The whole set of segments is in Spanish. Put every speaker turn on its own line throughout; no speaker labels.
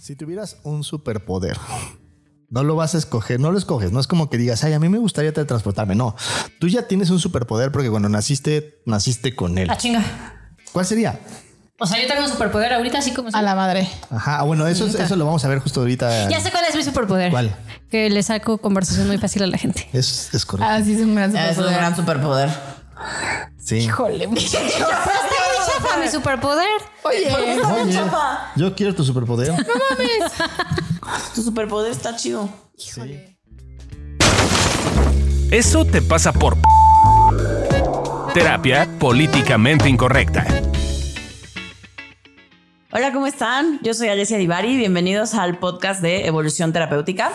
Si tuvieras un superpoder, no lo vas a escoger, no lo escoges, no es como que digas, ay, a mí me gustaría teletransportarme, no. Tú ya tienes un superpoder porque cuando naciste, naciste con él.
Ah, chinga.
¿Cuál sería?
O sea, yo tengo un superpoder ahorita, así como.
A la madre.
Ajá, ah, bueno, eso, es- eso lo vamos a ver justo ahorita.
Ya sé cuál es mi superpoder.
¿Cuál?
Que le saco conversación muy fácil a la gente.
Es, es correcto.
Así es un gran
Ah, Es un
superpoder.
gran superpoder.
Ah,
Sí.
Híjole, muchacho.
Pero está muy chafa mi superpoder.
Oye,
Oye,
chapa.
yo quiero tu superpoder.
Tu superpoder está chido.
Eso te pasa por p- terapia políticamente incorrecta.
Hola, ¿cómo están? Yo soy Alessia Divari. Bienvenidos al podcast de Evolución Terapéutica.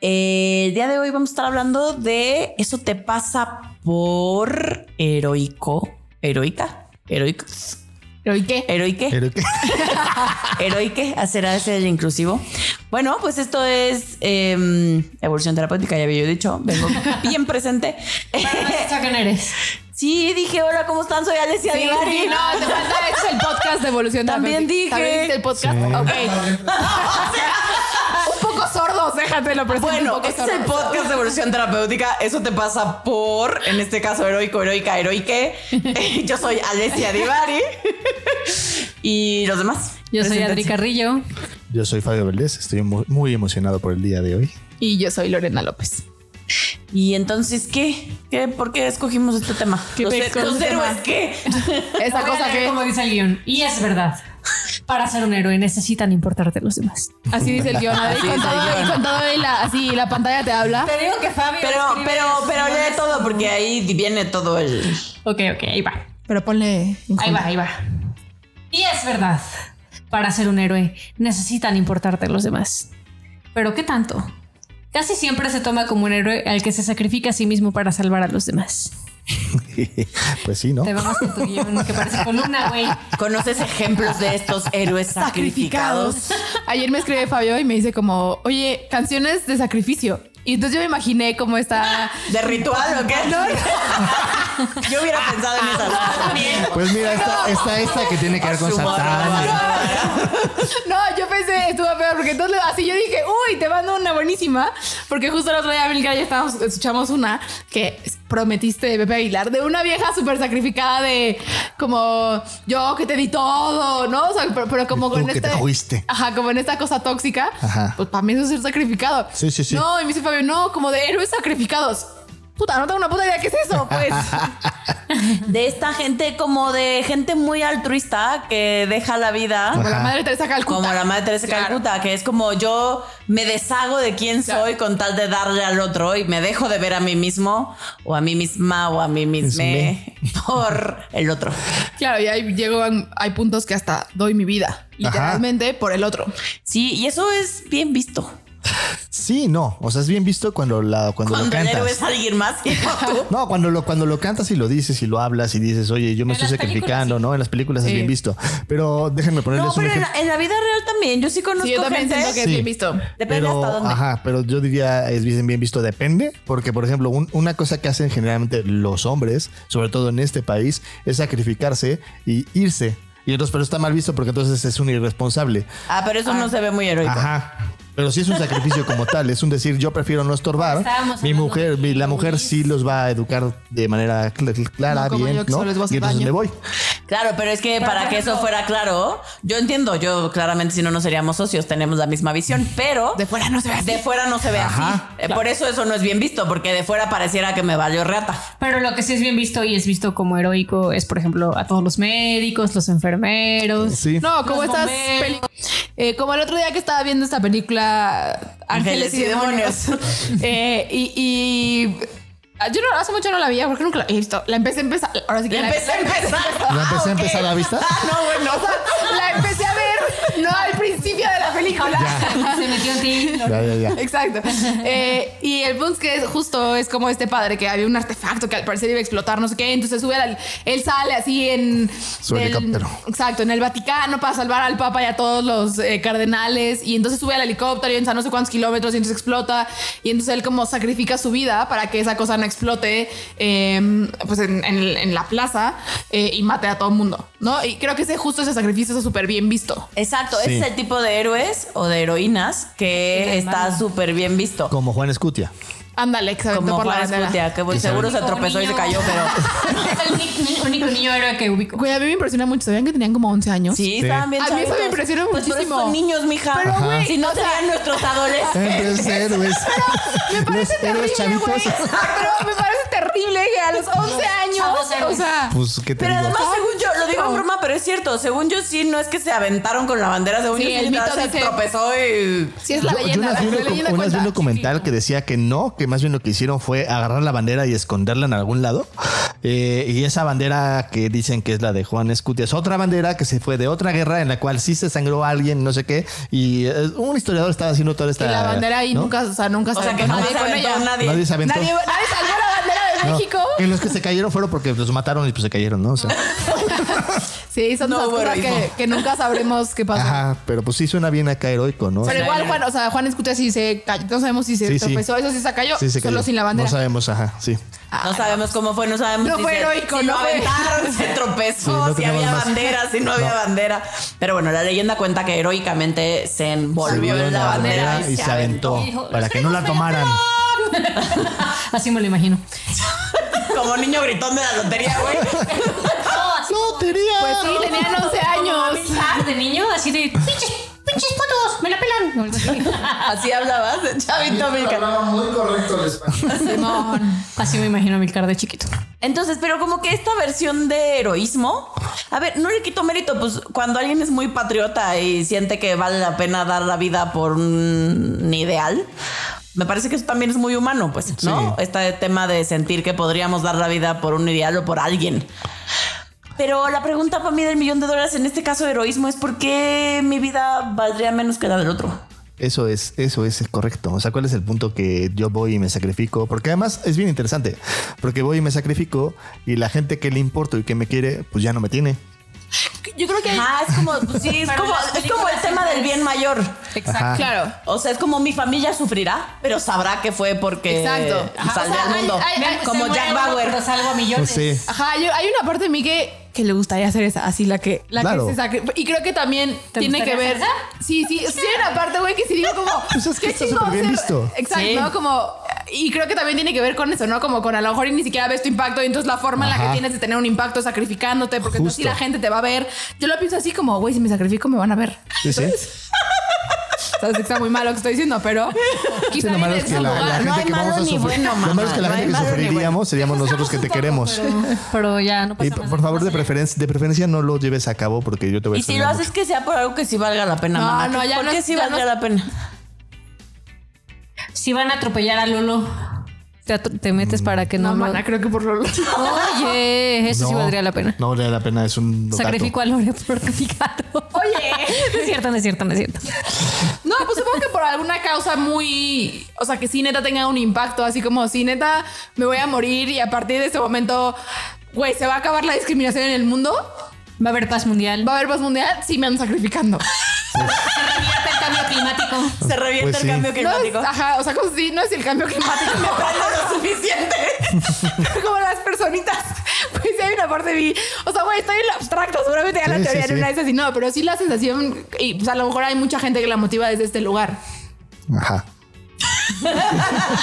Eh, el día de hoy vamos a estar hablando de eso te pasa por heroico, heroica, heroico,
¿pero y qué?
heroique.
Pero que-
Heroique, será ese el inclusivo. Bueno, pues esto es eh, evolución terapéutica, ya había yo dicho. Vengo bien presente.
¿Esa quién eres?
sí, dije, hola, ¿cómo están? Soy Alessia
Sí,
Divari.
sí, no, te falta ese es el podcast de evolución
También
terapéutica.
dije.
¿También dijiste el podcast?
Sí.
Ok. un poco sordos, déjatelo presente. un
Bueno,
poco
este es el
sordos.
podcast de evolución terapéutica. Eso te pasa por, en este caso, heroico, heroica, heroique. Yo soy Alessia Divari. y los demás.
Yo soy Adri
Preséntense.
Carrillo.
Yo soy Fabio Valdés, estoy muy, muy emocionado por el día de hoy.
Y yo soy Lorena López.
Y entonces, ¿qué? ¿Qué? ¿Por qué escogimos este tema?
¿Qué
los,
pex con
los
este
héroes,
tema?
¿qué?
Esa
Voy a
cosa
leer
que.
Como dice el guión. Y es verdad. Para ser un héroe necesitan importarte los demás.
Así dice el guión. Adri, con todo, y con todo y la, así la pantalla te habla.
Te digo que Fabio.
Pero, pero, pero lee todo porque ahí viene todo el.
Ok, ok, ahí va.
Pero ponle.
Ahí va, ahí va. Y es verdad. Para ser un héroe necesitan importarte los demás. Pero ¿qué tanto? Casi siempre se toma como un héroe al que se sacrifica a sí mismo para salvar a los demás.
Pues sí, ¿no?
Te vamos con tu guión que parece columna, güey.
¿Conoces ejemplos de estos héroes sacrificados?
Ayer me escribe Fabio y me dice como, oye, canciones de sacrificio. Y entonces yo me imaginé cómo está...
¿De ritual o qué? Yo hubiera pensado en esas.
Pues mira, está, está esta que tiene que ver con Satán.
No, yo pensé, estuvo peor, porque entonces así yo dije, uy, te mando una buenísima. Porque justo el otro día, Milka, ya estábamos, escuchamos una que prometiste de Pepe Aguilar, de una vieja súper sacrificada de como, yo que te di todo, ¿no? O sea, pero, pero como
Tú
con
que
este...
te cogiste.
Ajá, como en esta cosa tóxica.
Ajá.
Pues para mí eso es ser sacrificado.
Sí, sí, sí.
No, y me dice Fabio, no, como de héroes sacrificados. Puta, no tengo una puta idea qué es eso, pues.
De esta gente, como de gente muy altruista que deja la vida.
Como la madre Teresa Calcuta.
Como la madre Teresa de
Claro.
Calcuta, que es como yo me deshago de quién
Claro.
soy con tal de darle al otro y me dejo de ver a mí mismo o a mí misma o a mí misma
Mismé.
por el otro.
Claro, y ahí llego, a- hay puntos que hasta doy mi vida, literalmente, por el otro.
Sí, y eso es bien visto.
Sí, no. O sea, es bien visto cuando, la, cuando, lo
Cuando el héroe es
cantas.
alguien más y no tú.
No, cuando lo, cuando lo cantas y lo dices y lo hablas y dices, oye, yo me
En
estoy
las películas,
sacrificando,
sí.
¿no? En las películas es
Sí.
bien visto. Pero déjenme
No,
ponerles un
pero en
ejemplo.
la, en la vida real también. Yo sí conozco
Sí, yo también
gente.
siento que es
Sí.
bien visto.
Depende
pero,
hasta dónde.
Ajá, pero yo diría, es bien, bien visto, depende, porque por ejemplo, un- una cosa que hacen generalmente los hombres, sobre todo en este país, es sacrificarse y irse. Y entonces, pero está mal visto porque entonces es un irresponsable.
Ah, pero eso no se ve muy heroico.
Ajá. Pero sí es un sacrificio como tal, es un decir, yo prefiero no estorbar.
Estábamos
Mi
hablando
mujer, mi- la mujer sí los va a educar de manera cl- cl- clara,
No como
bien,
yo que
¿no?
solo les voy a hacer
y entonces
daño.
me voy.
Claro, pero es que para que eso fuera claro, yo entiendo, yo claramente si no, no seríamos socios, tenemos la misma visión, pero...
De fuera no se ve así.
De fuera no se ve
Ajá.
así. Eh, Por eso eso no es bien visto, porque de fuera pareciera que me valió reata.
Pero lo que sí es bien visto y es visto como heroico es, por ejemplo, a todos los médicos, los enfermeros.
Sí.
No, como
Los
estas
bomberos.
películas. como el otro día que estaba viendo esta película Ángeles y Demonios. Eh, y, y- ah, yo no, hace mucho no la vi, porque nunca la he visto. La empecé a empezar. Ahora sí que
Ya
la
empecé a empezar.
¿La empecé
Ah,
a
ok.
empezar a vista?
Ah, no, bueno.
O sea, la empecé a ver, no al principio de la película.
Se metió en ti.
Ya, ya, ya.
Exacto. Eh, y el punto es que es justo es como este padre que había un artefacto que al parecer iba a explotar, no sé qué. Entonces sube al, él sale así en
Su helicóptero.
Exacto, en el Vaticano para salvar al Papa y a todos los eh, cardenales. Y entonces sube al helicóptero y en no sé cuántos kilómetros y entonces explota. Y entonces él como sacrifica su vida para que esa cosa no explote eh, pues en, en- en la plaza eh, y mate a todo el mundo, ¿no? Y creo que ese justo ese sacrificio está súper bien visto.
Exacto,
Sí.
ese es el tipo de héroes héroes o de heroínas que
Sí,
está
hermano.
súper bien visto.
Como Juan Escutia.
Ándale, que se aventó
Como
por la
Juan
bandera.
Escutia, que pues
Y se
seguro se
Como
tropezó y se
niño.
cayó, pero
Es el ni- único niño héroe que ubico.
Güey, a mí me impresiona mucho. ¿Sabían que tenían como 11 años?
sí,
Sí.
estaban bien
A mí eso
chavitos.
me impresiona
Pues por eso
muchísimo.
son niños, mija.
Pero,
Ajá.
güey,
si no
o sea,
serían nuestros
Héroes,
adolescentes.
héroes.
Me parece
Los héroes
terrible, güey.
chavitos.
Pero me parece terrible que a los 11
Chavos
años, o
héroes.
sea,
Pues, ¿qué te
Pero
digo?
además, según yo, lo digo en broma, pero es cierto. Según yo, sí, no es que se aventaron con la bandera. Según
Sí,
yo, sí,
el mito
literal, se
dice-
tropezó y...
sí es la
Yo- Yo
leyenda.
una vez vi
la
un docu- una
leyenda
vez vi un
cuenta.
documental que decía que no, que más bien lo que hicieron fue agarrar la bandera y esconderla en algún lado. Eh, y esa bandera que dicen que es la de Juan Escutia es otra bandera que se fue de otra guerra en la cual sí se sangró a alguien, no sé qué. Y eh, un historiador estaba haciendo toda
Que
esta.
la bandera ahí
¿no?
nunca, o sea, nunca
O sea, que
aventó
jamás se
con
aventó
ella.
nadie.
Nadie se aventó.
Nadie, nadie salvó la bandera de
No,
México.
que los que se cayeron fueron porque los mataron y pues se cayeron, ¿no? O sea,
Sí, son
No
esas
hubo
cosas que,
heroísmo.
que nunca sabremos qué pasó.
ajá, pero pues sí suena bien acá heroico, ¿no?
Pero
Sí.
igual, Juan, o sea, Juan escucha si se cayó. No sabemos si se
Sí, sí.
tropezó. Eso sí se cayó.
Sí, se
Solo
cayó.
sin la bandera.
No sabemos, ajá, sí.
No sabemos cómo fue, no sabemos
No fue
se-
heroico,
si
no
lo
fue.
aventaron, se
Sí,
tropezó,
no
si
tenemos
había
más.
bandera, si no, había
No.
bandera. Pero bueno, la leyenda cuenta que heroicamente se envolvió en la bandera, y se aventó.
aventó
Dijo,
para que no la tomaran.
Así me lo imagino.
Como niño gritón de la lotería, güey.
Todas.
¡Lotería!
Pues sí, tenían 11 años.
Ah, de niño, así de pinches, pinches putos, me la pelan. No, algo así.
Así hablabas, chavito Milka.
Hablaba muy correcto el español.
Simón.
Así me imagino a Milcar de chiquito.
Entonces, pero como que esta versión de heroísmo, a ver, no le quito mérito, pues cuando alguien es muy patriota y siente que vale la pena dar la vida por un ideal, me parece que eso también es muy humano, pues, ¿no?
Sí.
Este tema de sentir que podríamos dar la vida por un ideal o por alguien. Pero la pregunta para mí del millón de dólares en este caso de heroísmo es por qué mi vida valdría menos que la del otro.
Eso es, eso es correcto. O sea, ¿cuál es el punto que yo voy y me sacrifico? Porque además es bien interesante, porque voy y me sacrifico y la gente que le importo y que me quiere, pues ya no me tiene.
Yo creo que.
Ah, es como, pues, sí, es
Pero
como,
las
es como el
películas
tema del bien mayor.
Exacto.
Ajá.
Claro.
O sea, es como mi familia sufrirá, pero sabrá que fue porque
Exacto. Ajá.
saldrá
O sea,
al
hay-
mundo.
hay- hay-
como
Se
Jack
muere uno,
Bauer.
pero salvo a millones.
Pues sí.
Ajá, yo- hay una parte de mí que, que le gustaría hacer esa, así la que, la
Claro.
que se saque. Y creo que también
¿Te
tiene que
gustaría
ver.
hacer esa?
Sí, sí, sí, hay una parte, güey, que sí digo como.
Pues es que
qué
está
chingón
súper bien
ser-
visto.
Exacto,
Sí.
¿no? Como. Y creo que también tiene que ver con eso, ¿no? Como con a lo mejor y ni siquiera ves tu impacto y entonces la forma en la que
Ajá.
tienes de tener un impacto es sacrificándote, porque entonces sí
Justo.
la gente te va a ver. Yo lo pienso así como, güey, si me sacrifico me van a ver.
Sí, sí.
Sabes que está muy malo lo que estoy diciendo, pero
Sí,
quizá
lo malo
viene
es
de
que
ese
la,
lugar.
la
No
gente
hay
que
malo
vamos a
ni
sufrir.
bueno,
lo malo es que la
mamá.
gente que
No hay malo ni
sufriríamos seríamos nosotros que te queremos.
Pero ya no
Y
pasa nada.
por favor, de preferencia, de preferencia no lo lleves a cabo porque yo te voy a
Y si lo
extrañar
haces que sea por algo que sí valga la pena,
No,
mamá.
no, ya
¿Por
no
qué
es-
sí
ya
valga
no es-
la pena?
Si van a atropellar a Lolo, te, atro- te metes para que no.
No,
lo-
mana, creo que por lo
Oye, eso sí
No,
valdría la pena.
No valdría la pena, es un dato.
Sacrifico a Lore por mi gato. Oye. No es cierto, no es cierto, no es cierto.
No, pues supongo que por alguna causa muy. O sea, que sí, neta tenga un impacto. Así como, sí, neta, me voy a morir y a partir de este momento, güey, se va a acabar la discriminación en el mundo.
Va a haber paz mundial.
Va a haber paz mundial. Sí, me ando sacrificando.
Se revierte el cambio climático.
Se revierte
Pues
el
sí.
cambio
No es,
climático.
ajá, o sea, como si no es el cambio climático.
Me prendo lo suficiente.
como las personitas. Pues sí, hay una parte de mí. O sea, güey, estoy en lo abstracto. Seguramente ya la
Sí, sí,
teoría
sí.
no una es así. No, pero sí la sensación. Y pues a lo mejor hay mucha gente que la motiva desde este lugar.
Ajá.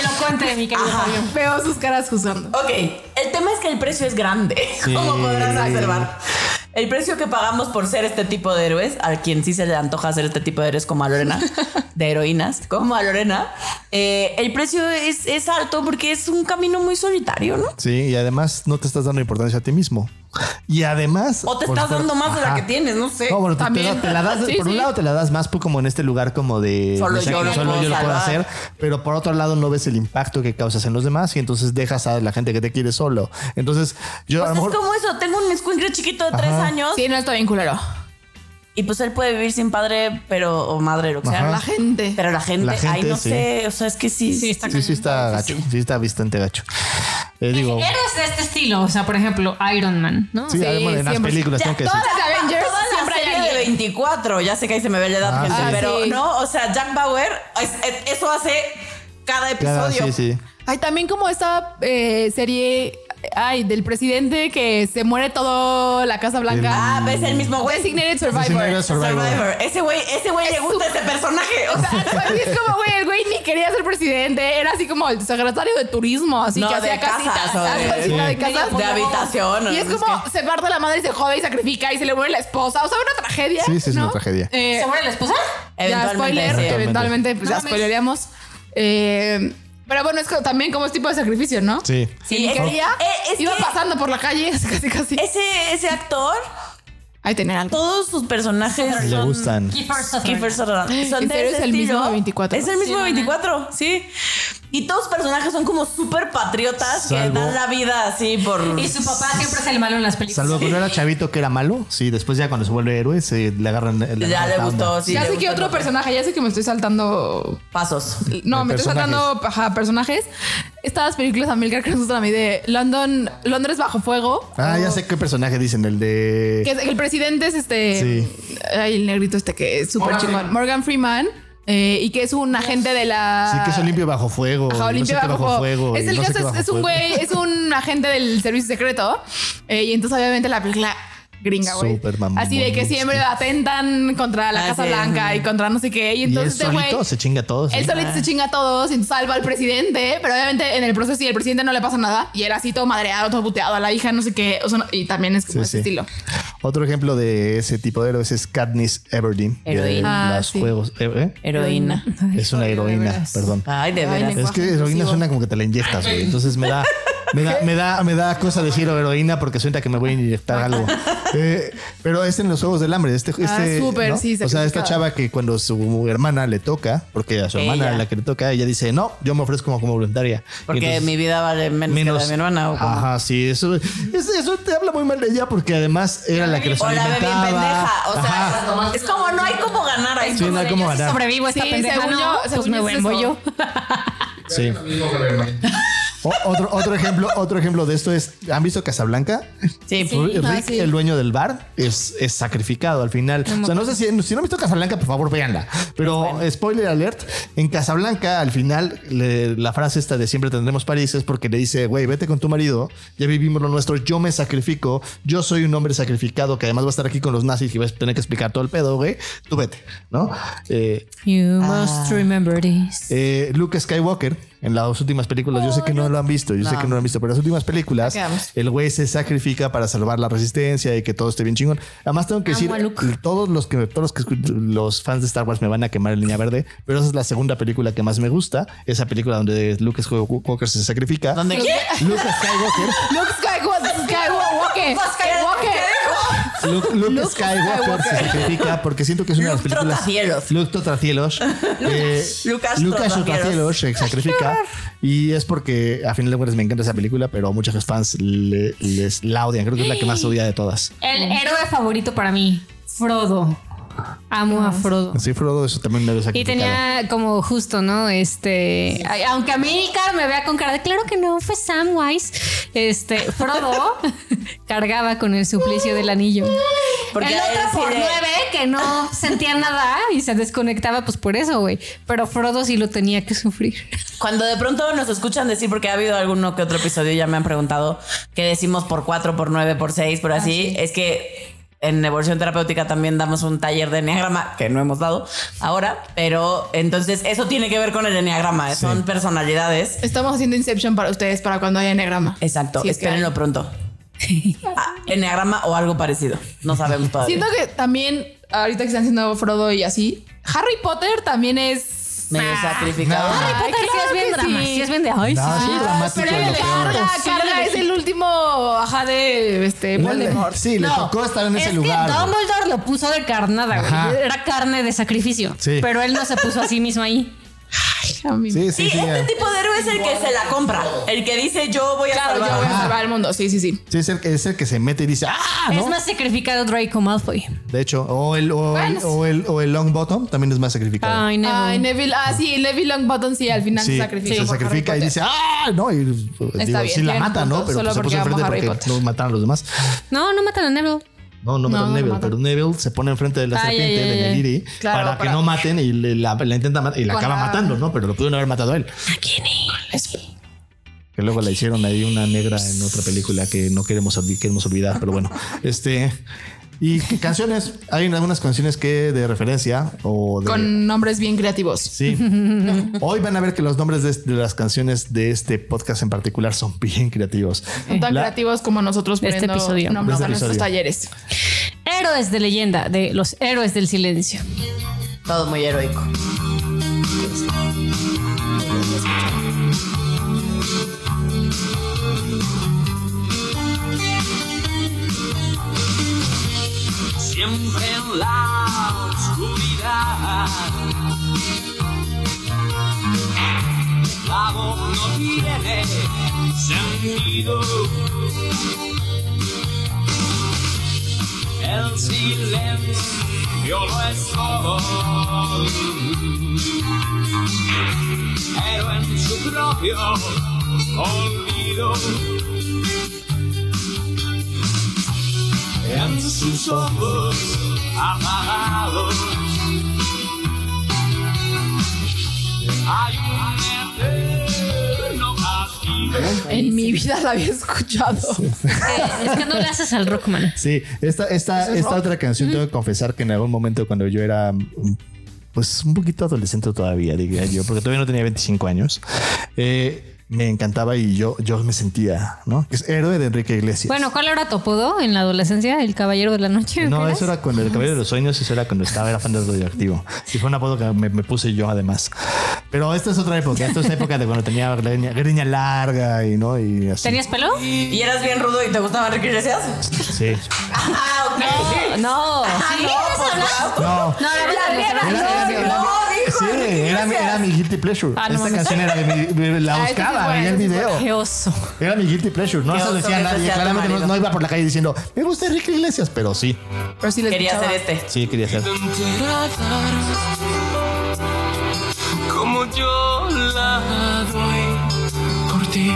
Elocuente, mi querido Fabio.
Veo sus caras juzgando.
Ok, el tema es que el precio es grande,
Sí.
como podrás observar. El precio que pagamos por ser este tipo de héroes, a quien sí se le antoja ser este tipo de héroes como a Lorena, de heroínas, como a Lorena, eh, el precio es, es alto porque es un camino muy solitario, ¿no?
Sí, y además no te estás dando importancia a ti mismo. Y además.
O te
por
estás
supuesto-
dando más de la
Ajá.
que tienes, ¿eh? no sé.
No, bueno, te- te,
También.
la- te la das,
Sí,
por
sí.
un lado te la das más por- como en este lugar como de
Solo
de
yo lo
solo
puedo
yo lo puedo
salvar.
hacer, pero por otro lado no ves el impacto que causas en los demás y entonces dejas a la gente que te quiere solo. Entonces, yo a
Pues
lo mejor
es como eso, tengo un escuincle chiquito de tres años
Sí, no está bien culero.
y pues él puede vivir sin padre, pero o madre, lo que sea.
Ajá.
La gente.
Pero la gente,
La
ay,
gente,
no
sí.
sé, o sea, es que sí,
Sí, está
sí sí está gacho, sí está bastante gacho. Eh, digo,
Héroes de este estilo, o sea, por ejemplo, Iron Man, ¿no?
sí,
sí,
además en las
siempre.
películas tengo que decir.
Todas las de Avengers
Toda la
siempre hay
serie de
alguien.
24, ya sé que ahí se me ve la edad,
Ah,
gente,
sí.
pero
Ah, sí.
no, o sea, Jack Bauer, es- es- eso hace cada episodio.
Cada, sí, sí.
Hay también como esta eh, serie ay, del presidente que se muere todo la Casa Blanca.
Ah, ves el mismo güey.
Designated Survivor.
Designated Survivor.
Ese güey, ese güey le gusta ese personaje. O
O sea,
sea,
así es como, güey, el güey ni quería ser presidente. Era así como el secretario de turismo, así
No,
que
de
hacía
casas,
casitas.
o de-
así, la de
sí.
casas.
De habitación, o
Y es
no sé
como se parte la madre y se jode y sacrifica y se le muere la esposa. O sea, una tragedia.
Sí, sí, es una
¿no?
tragedia.
Eh,
¿Se muere la esposa?
ya spoiler,
sí.
Eventualmente.
eventualmente, pues
No
ya
mames.
spoileríamos. Eh, pero bueno, es co- también como es tipo de sacrificio, ¿no?
Sí.
Sí,
Ni
es-
quería,
eh, es
iba
que-
pasando por la calle, así, casi, casi.
Ese, ese actor,
Ahí tener algo.
todos sus personajes
Le
son-
gustan.
Kiefer Sutherland.
Kiefer Sutherland. Son
¿En
de
serio
ese
es el mismo
estilo.
24?
Es el mismo
Sí,
24, sí. Y todos los personajes son como súper patriotas que
Salvo-
dan la vida así por.
Y su papá siempre es el malo en las películas.
Salvo cuando era chavito que era malo. Sí, después ya cuando se vuelve héroe, se le agarran.
Ya
agarran
le
la onda.
gustó, sí.
ya
le
sé
gustó
que otro
el papel.
personaje, ya sé que me estoy saltando
Pasos.
No,
De
me estoy
personajes.
saltando ajá, personajes. Estas películas Amilcar que me gustan a mí de London, Londres bajo fuego.
Ah, ya
O-
sé qué personaje dicen, el de.
Que es- el presidente es este.
Sí.
ay, el negrito este que es súper
Morgan
chingón. Morgan Freeman. eh, y que es un agente de la.
Sí, que es Olimpio bajo fuego.
ah, Ajá,
y no
Olimpio
sé qué
bajo, fuego.
fuego.
Es
y
el
no sé
caso,
qué
es-
bajo
es un
fuego.
güey, es un agente del servicio secreto. eh, y entonces, obviamente, la película gringa, güey.
Súper mamón,
Así de que siempre
sí.
atentan contra la
Ah,
Casa
sí,
Blanca
ajá.
y contra no sé qué. Y
Y
entonces,
él
este
solito
güey.
se chinga a todos. ¿eh?
Él
¿sí?
solito se chinga a todos y salva al presidente, pero obviamente en el proceso y el presidente no le pasa nada. Y él así todo madreado, todo puteado a la hija, no sé qué. O sea, no- y también es como
Sí,
ese
sí.
estilo.
Otro ejemplo de ese tipo de héroes es Katniss Everdeen. que de
Heroína.
Ah,
los
sí.
juegos. ¿eh? ¿eh?
Heroína.
Es una heroína, perdón.
Ay, de
Ay,
veras.
le-
Es que
lenguaje
heroína
inclusivo.
suena como que te la inyectas, güey. Entonces me da, me da, me da, me da cosa decir heroína porque suena que me voy a inyectar algo. Eh, pero es en los Juegos del Hambre. Este,
Ah,
este,
súper,
¿no?
sí,
O sea, esta
sacrificada.
chava que cuando su hermana le toca, porque a su hermana
Ella.
la que le toca, ella dice, no, yo me ofrezco como, como voluntaria. Y
Porque
entonces-
mi vida vale menos,
menos.
que la de mi hermana. ¿o cómo?
Ajá, sí, eso, es- eso te habla muy mal de ella porque además era la que les
O la bebé
alimentaba.
pendeja. O sea,
Ajá.
es como no hay como ganar ahí.
Sí, no hay cómo
Yo sí
ganar.
sobrevivo a esta
Sí,
pendeja,
según
¿no?
yo,
Pues
según
me
yo es
vuelvo
eso.
yo.
Sí. O- otro, otro ejemplo, otro ejemplo de esto es, ¿han visto Casablanca?
Sí,
Rick,
Ah, sí.
el dueño del bar, es, es sacrificado al final. O sea, no sé si, si no han visto Casablanca, por favor, véanla. Pero spoiler alert, en Casablanca, al final, le- la frase esta de siempre tendremos París es porque le dice, güey, vete con tu marido, ya vivimos lo nuestro, yo me sacrifico, yo soy un hombre sacrificado que además va a estar aquí con los nazis y vas a tener que explicar todo el pedo, güey, tú vete, ¿no? Eh,
You must remember this.
eh, Luke Skywalker, en las últimas películas, yo sé que no lo han visto, yo sé que no lo han visto, pero en las últimas películas,
Ya quedamos.
el güey se sacrifica para salvar la resistencia y que todo esté bien chingón. Además, tengo que decir, todos los que todos los que escu- los fans de Star Wars me van a quemar en línea verde, pero esa es la segunda película que más me gusta, esa película donde Luke Skywalker se sacrifica.
¿Dónde qué?
Luke Skywalker,
Luke Skywalker, Skywalker, Skywalker.
Luke, Luke Skywalker, se sacrifica porque siento que es una de las
Luke
películas.
Trotacielos.
Luke Trotacielos. eh,
Lucas
Lucas
Trotacielos.
Trotacielos se sacrifica. Y es porque a final de cuentas me encanta esa película, pero muchos fans le- les la odian. Creo que es la que más odia de todas.
El héroe favorito para mí, Frodo. Amo a Frodo.
Sí, Frodo, eso también me lo
Y
sacrificado.
tenía como justo, ¿no? Este, ay, aunque América me vea con cara de claro que no, fue Samwise. Este, Frodo cargaba con el suplicio del anillo.
Porque
Porque el
a él
otro
sí
por
le-
nueve que no sentía nada y se desconectaba, pues por eso, güey. Pero Frodo sí lo tenía que sufrir.
Cuando de pronto nos escuchan decir, porque ha habido alguno que otro episodio, ya me han preguntado qué decimos por cuatro, por nueve, por seis, por así,
Ah,
es que en evolución terapéutica también damos un taller de enneagrama que no hemos dado ahora, pero entonces eso tiene que ver con el enneagrama, son personalidades.
Estamos haciendo Inception para ustedes para cuando haya enagrama.
Exacto,
Si es que
espérenlo
hay.
pronto. Ah, enneagrama o algo parecido, no sabemos todavía.
Siento que también, ahorita que están haciendo Frodo y así, Harry Potter también es.
Medio sacrificado.
No.
Ay,
Ay,
puta,
claro
sí es bien
que
drama,
sí. Ah,
sí es bien de ay,
No,
sí.
sí, es dramático.
Pero
lo
le
que-
carga,
Sí,
carga,
le-
es el último ajá de este, Voldemort.
Sí, le
No,
tocó estar en ese
es
lugar.
Que Dumbledore lo puso de carnada,
Ajá.
güey. Era carne de sacrificio.
Sí.
Pero él no se puso a sí mismo ahí.
A mí-
Sí, sí,
Sí,
sí.
este
eh.
tipo de héroe es el que se la compra, el que dice yo voy a
Claro, yo
salvar".
voy a salvar el mundo. Sí, sí, sí.
Sí, es el, es el que se mete y dice, ¡ah! ¿no?
Es más sacrificado Draco Malfoy.
De hecho, o el, o, el,
Bueno.
o, el, o el Longbottom también es más sacrificado.
Ay, no.
Ay, Neville. Ah, sí, Neville Longbottom sí, al final
Sí,
se sacrifica.
se
por Harry
sacrifica y
Potter.
dice, ¡ah! No, y digo,
bien,
sí la
tiene
mata, ¿no?
puntos,
Pero pues, se
solo
puso
porque amamos
enfrente
a Harry
porque no
Potter.
matan a los demás.
No, no matan a Neville.
No, no matan
No,
a
no
Neville,
matan.
pero Neville se pone enfrente de la
Ay,
serpiente
ay, ay,
de
ay.
Niliri
Claro,
para, que
para-
no maten y le- la, la intenta matar y la
Para-
acaba matando, ¿no? Pero lo pudieron haber matado a él.
¿A quién es?
que luego la hicieron ahí una negra en otra película que no queremos, olvi- queremos olvidar, pero bueno, este... Y canciones, hay algunas canciones que de referencia o de...
Con nombres bien creativos.
Sí. Hoy van a ver que los nombres de, de las canciones de este podcast en particular son bien creativos.
No tan
La-
creativos como nosotros
De este
poniendo
episodio.
De
nombres
este
a nuestros
episodio.
talleres.
Héroes de leyenda, de los héroes del silencio.
Todo muy heroico.
siempre en la oscuridad. La voz no tiene sentido. El silencio lo es todo. Pero en su propio olvido. en sus ojos apagados. Hay un eterno castigo.
En mi vida la había escuchado.
Eh, Es que no le haces al Rockman.
Sí, esta, esta, esta otra canción tengo que confesar que en algún momento cuando yo era mm, pues un poquito adolescente todavía, diría yo, porque todavía no tenía 25 años, eh, me encantaba y yo, yo me sentía, ¿no? Que es héroe de Enrique Iglesias.
Bueno, ¿cuál era tu apodo en la adolescencia? ¿El caballero de la noche?
No,
¿Qué
eso era cuando el cabello de los sueños, eso era cuando estaba, era fan del radioactivo. Y fue un apodo que me, me puse yo además. Pero esta es otra época, esta es la época de cuando tenía greña, greña larga y no, y así.
¿Tenías pelo?
¿Y eras bien rudo y te gustaban Enrique Iglesias?
Sí.
Ah, ok.
No.
Ah, no, pues, wow.
No.
No, la verdad, la verdad,
Era-
no.
era-
no,
era-
no, dijo
sí,
Enrique
era, mi-
Iglesias.
era mi guilty pleasure.
Ah, no
Esta
mames.
canción era de mi. La
Ah, esa sí es
buscaba,
buena,
veía el
esa sí es
video.
Qué oso.
Era mi guilty pleasure. No
Qué
se lo
oso
decía a
que
nadie.
sea tu
Claramente no,
marido.
no iba por la calle diciendo, me gusta Enrique Iglesias, pero sí.
Pero sí les
Quería ser
escuchaba.
este.
Sí, quería ser.
Como yo la doy por ti.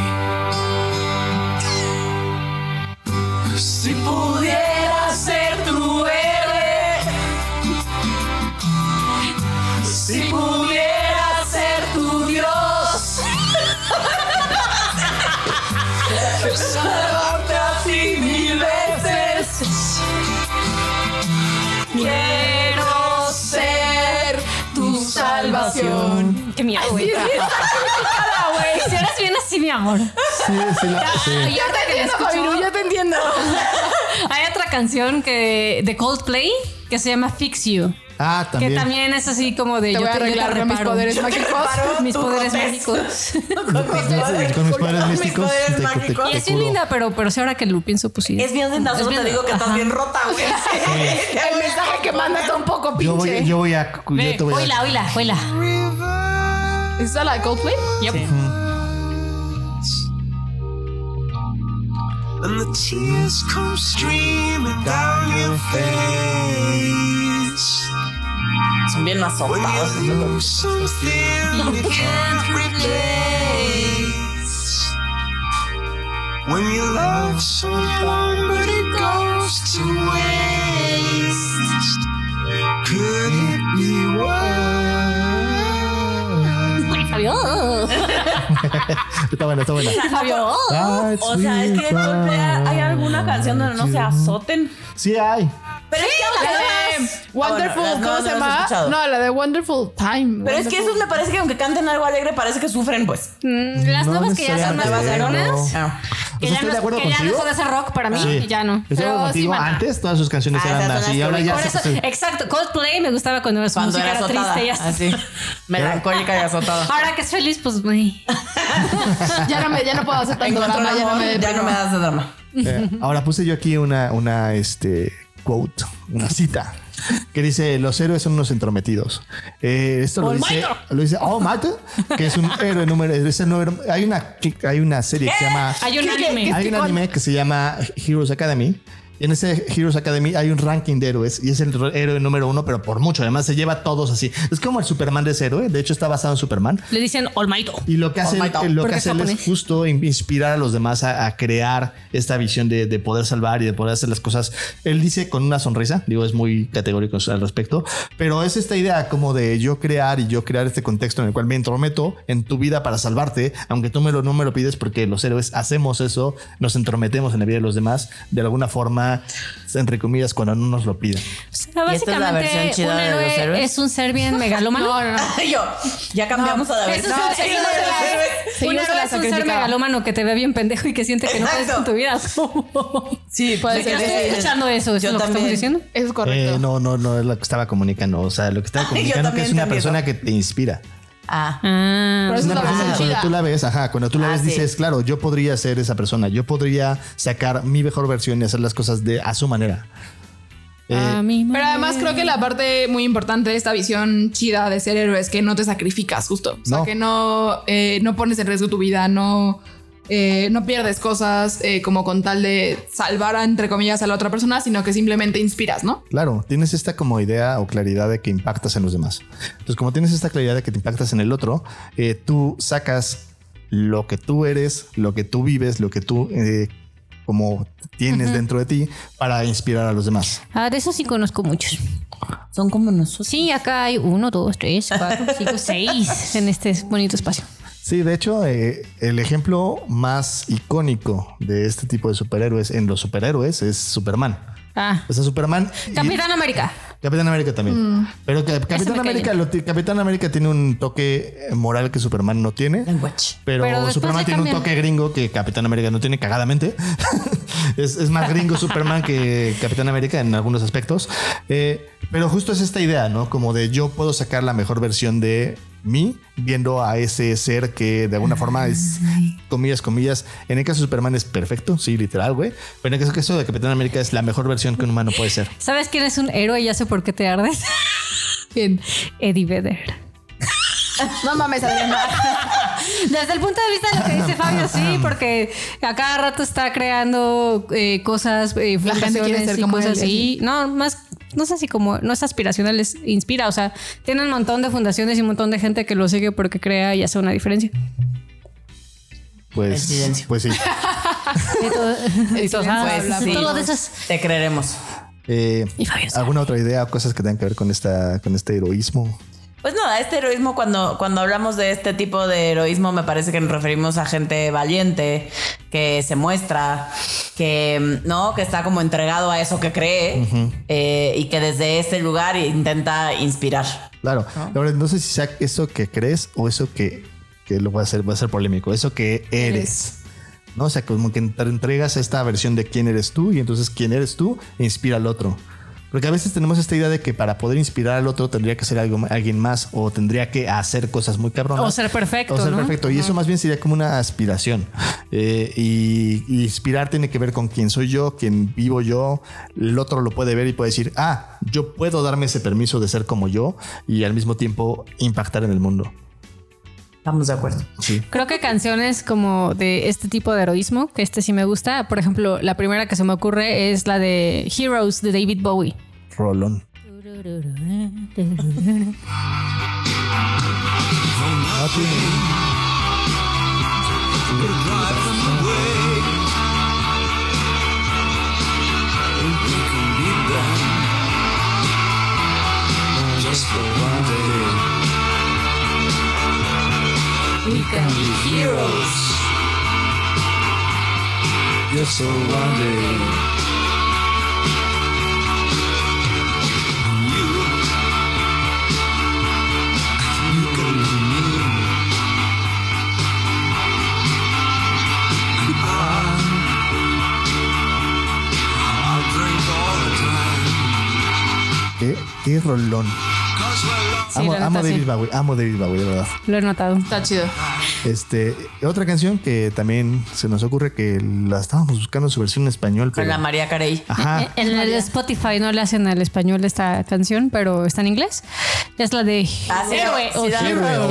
Si pudiera ser tu héroe, si pudiera ser tu Dios, salvarte así mil veces. Quiero ser tu salvación.
Qué miedo, güey. Si eres bien así, mi amor.
Sí, sí, la, sí.
Ay, ahorita que
Yo te
la
entiendo,
escucho,
Fabiru, yo te entiendo.
Hay otra canción que de Coldplay que se llama Fix You.
Ah,
Que
también.
también es así como de
Te
yo,
voy a
te, yo te
arreglar con mis
reparo.
poderes mágicos.
mis
tú
poderes
rompes. este.
mágicos.
Con mis padres místicos.
poderes
te- te- te-
mágicos.
Y es
te
bien
curo.
linda, pero, pero sí ahora que lo pienso, pues sí.
Es bien linda, solo te digo que estás bien rota, güey.
El mensaje que manda está un poco
Yo voy,
pinche.
yo voy a. Yo te voy a-
Oila, oila, oila.
¿Es esa la de Coldplay?
Yep.
and the tears come streaming down your face.
Son bien
When you
azotados.
lose something you can't replace. When you love someone but it goes to waste, could it be worse?
Fabio.
Está buena, está buena.
Fabio.
Ah,
O sea, es que de golpe hay alguna canción donde no se azoten.
Sí, hay.
Pero es que
La de
además-
Eh, Wonderful,
Ah, bueno, las
¿cómo
nuevas
se
no las he
llama?
escuchado.
No, la de Wonderful Time.
Pero es que esos me parece que aunque canten algo alegre, parece que sufren, pues. Ah,
Mm, Las
No
nuevas que ya son
necesariamente, ¿eh? no.
nuevas varonas.
O
Que
sea,
ya
estoy de
no
acuerdo
que ya no
contigo.
son de ese rock para mí.
Sí.
y Ya no.
Estoy de acuerdo
Pero sí
contigo.
van a-
Antes todas sus canciones
Ah,
eran
esas son
así. Y
las
ahora
que-
ya
Por
se-
eso,
se-
exacto. Coldplay me gustaba cuando su
Cuando
música
era
era
azotada.
triste. Ya está.
Así. Melancólica y azotada.
Ahora que es feliz, pues güey.
Ya no, me, ya no puedo hacer tanto
Encontró el
drama, ya no
amor,
me
ya no me das de drama.
Eh, ahora puse yo aquí una, una este, quote, una cita que dice los héroes son unos entrometidos. Eh, esto lo dice, lo dice Almighty, que es un héroe número. es el número- hay una hay una serie que se llama
Hay un anime.
hay un anime que se llama Heroes Academy En ese Heroes Academy hay un ranking de héroes y es el ro- héroe número uno, pero por mucho. Además, se lleva a todos así. Es como el Superman de ese héroe. De hecho, está basado en Superman.
Le dicen Olmaito.
Y lo que hace,
Oh my God.
lo que
Porque
hace él es
japonés.
justo in- inspirar a los demás a, a crear esta visión de, de poder salvar y de poder hacer las cosas. Él dice con una sonrisa, digo, es muy categórico al respecto, pero es esta idea como de yo crear y yo crear este contexto en el cual me entrometo en tu vida para salvarte, aunque tú me lo, no me lo pides porque los héroes hacemos eso, nos entrometemos en la vida de los demás de alguna forma, entre comillas, cuando no nos lo piden.
O sea,
¿Y esta es la
básicamente,
versión chida
un
de los
héroe
héroes?
es un ser bien megalómano.
Yo, ya cambiamos a la
Ah, Eso
versión.
es-
Sí,
eso
de
es-
los héroes.
un
Seguimos
héroe
la
es un ser
sacrificaba.
megalómano que te ve bien pendejo y que siente que no puedes con
Exacto.
tu vida.
Sí, puede
Yo
ser.
estoy escuchando eso, eso
Yo
es lo que estamos
también.
diciendo.
Eso es correcto.
Eh, no, no, no es lo que estaba comunicando. O sea, lo que estaba
Ay, yo
comunicando que
también
es una
también,
persona que te inspira.
Ah,
Pero
Es
eso es
una
la
persona
versión
que cuando
chida.
tú la ves, ajá, cuando tú la
Ah,
ves
sí.
dices, claro, yo podría ser esa persona, yo podría sacar mi mejor versión y hacer las cosas de a su manera. Eh,
Pero además creo que la parte muy importante de esta visión chida de ser héroe es que no te sacrificas justo. O sea,
No.
que no, eh, no pones en riesgo tu vida, no, eh, no pierdes cosas eh, como con tal de salvar, a, entre comillas, a la otra persona, sino que simplemente inspiras, ¿no?
Claro, tienes esta como idea o claridad de que impactas en los demás. Entonces, como tienes esta claridad de que te impactas en el otro, eh, tú sacas lo que tú eres, lo que tú vives, lo que tú eh, como tienes dentro de ti para inspirar a los demás.
Ah, de eso sí conozco muchos.
son como nosotros.
Sí, acá hay uno, dos, tres, cuatro, cinco, seis en este bonito espacio.
Sí, de hecho, eh, el ejemplo más icónico de este tipo de superhéroes en los superhéroes es Superman.
Ah,
O sea, Superman. y-
Capitán América. Mm.
Capitán América también. Pero que-
Ese
Capitán
me cae
América, lo ti- Capitán América tiene un toque moral que Superman no tiene.
Language.
Pero,
Pero después
Superman
le
tiene un
cambian.
toque gringo que Capitán América no tiene cagadamente. es, es más gringo Superman que Capitán América en algunos aspectos. Eh, pero justo es esta idea, ¿no? Como de yo puedo sacar la mejor versión de mí viendo a ese ser que de alguna forma es comillas, comillas. En el caso de Superman es perfecto, sí, literal, güey. Pero en el caso de Capitán América es la mejor versión que un humano puede ser.
¿Sabes quién es un héroe y ya sé por qué te ardes?
Bien.
Eddie Vedder.
No mames, Adriana.
Desde el punto de vista de lo que dice Fabio, sí, porque a cada rato está creando eh, cosas, eh,
La gente
fundaciones
quiere ser
y
como
cosas
él,
así. No, más, no sé si como, no es aspiracional, les inspira. O sea, tiene un montón de fundaciones y un montón de gente que lo sigue porque crea y hace una diferencia.
Pues,
silencio.
pues sí.
Y todo, y todo, ah,
Pues sí,
todo de esas.
Te creeremos.
Eh,
Y Fabio sabe.
¿Alguna otra idea o cosas que tengan que ver con, esta, con este heroísmo?
Pues nada, este heroísmo, cuando, cuando hablamos de este tipo de heroísmo, me parece que nos referimos a gente valiente, que se muestra, que no, que está como entregado a eso que cree eh, y que desde ese lugar intenta inspirar.
Claro. Ahora, no sé si sea eso que crees o eso que, que lo va a ser, va a ser polémico, eso que eres. ¿No? O sea, como que te entregas esta versión de quién eres tú y entonces quién eres tú e inspira al otro. Porque a veces tenemos esta idea de que para poder inspirar al otro tendría que ser algo, alguien más o tendría que hacer cosas muy cabronas.
O ser perfecto,
O ser
¿no?
perfecto. Y eso más bien sería como una aspiración. Eh, y, y inspirar tiene que ver con quién soy yo, quién vivo yo. El otro lo puede ver y puede decir, ah, yo puedo darme ese permiso de ser como yo y al mismo tiempo impactar en el mundo.
Estamos de acuerdo.
Sí.
Creo que canciones como de este tipo de heroísmo, que este sí me gusta. Por ejemplo, la primera que se me ocurre es la de Heroes de David Bowie.
Rolón.
Just for one day. Just for one day. You, you can be me. And I, I'll drink all the
Qué,
time.
qué rolón.
'Cause we're lost.
Sí,
amo,
la neta,
amo a
sí.
David Bowie. Amo a David Bowie, de verdad.
Lo he notado.
Está chido.
Este, otra canción que también se nos ocurre que la estábamos buscando en su versión en español.
Con
pero-
la María Carey.
Ajá.
Eh, En el Spotify no le hacen al español esta canción, pero está en inglés. Es la de
Ah, sí,
Héroe
sí,
o
la-
Hero
Hero o Hero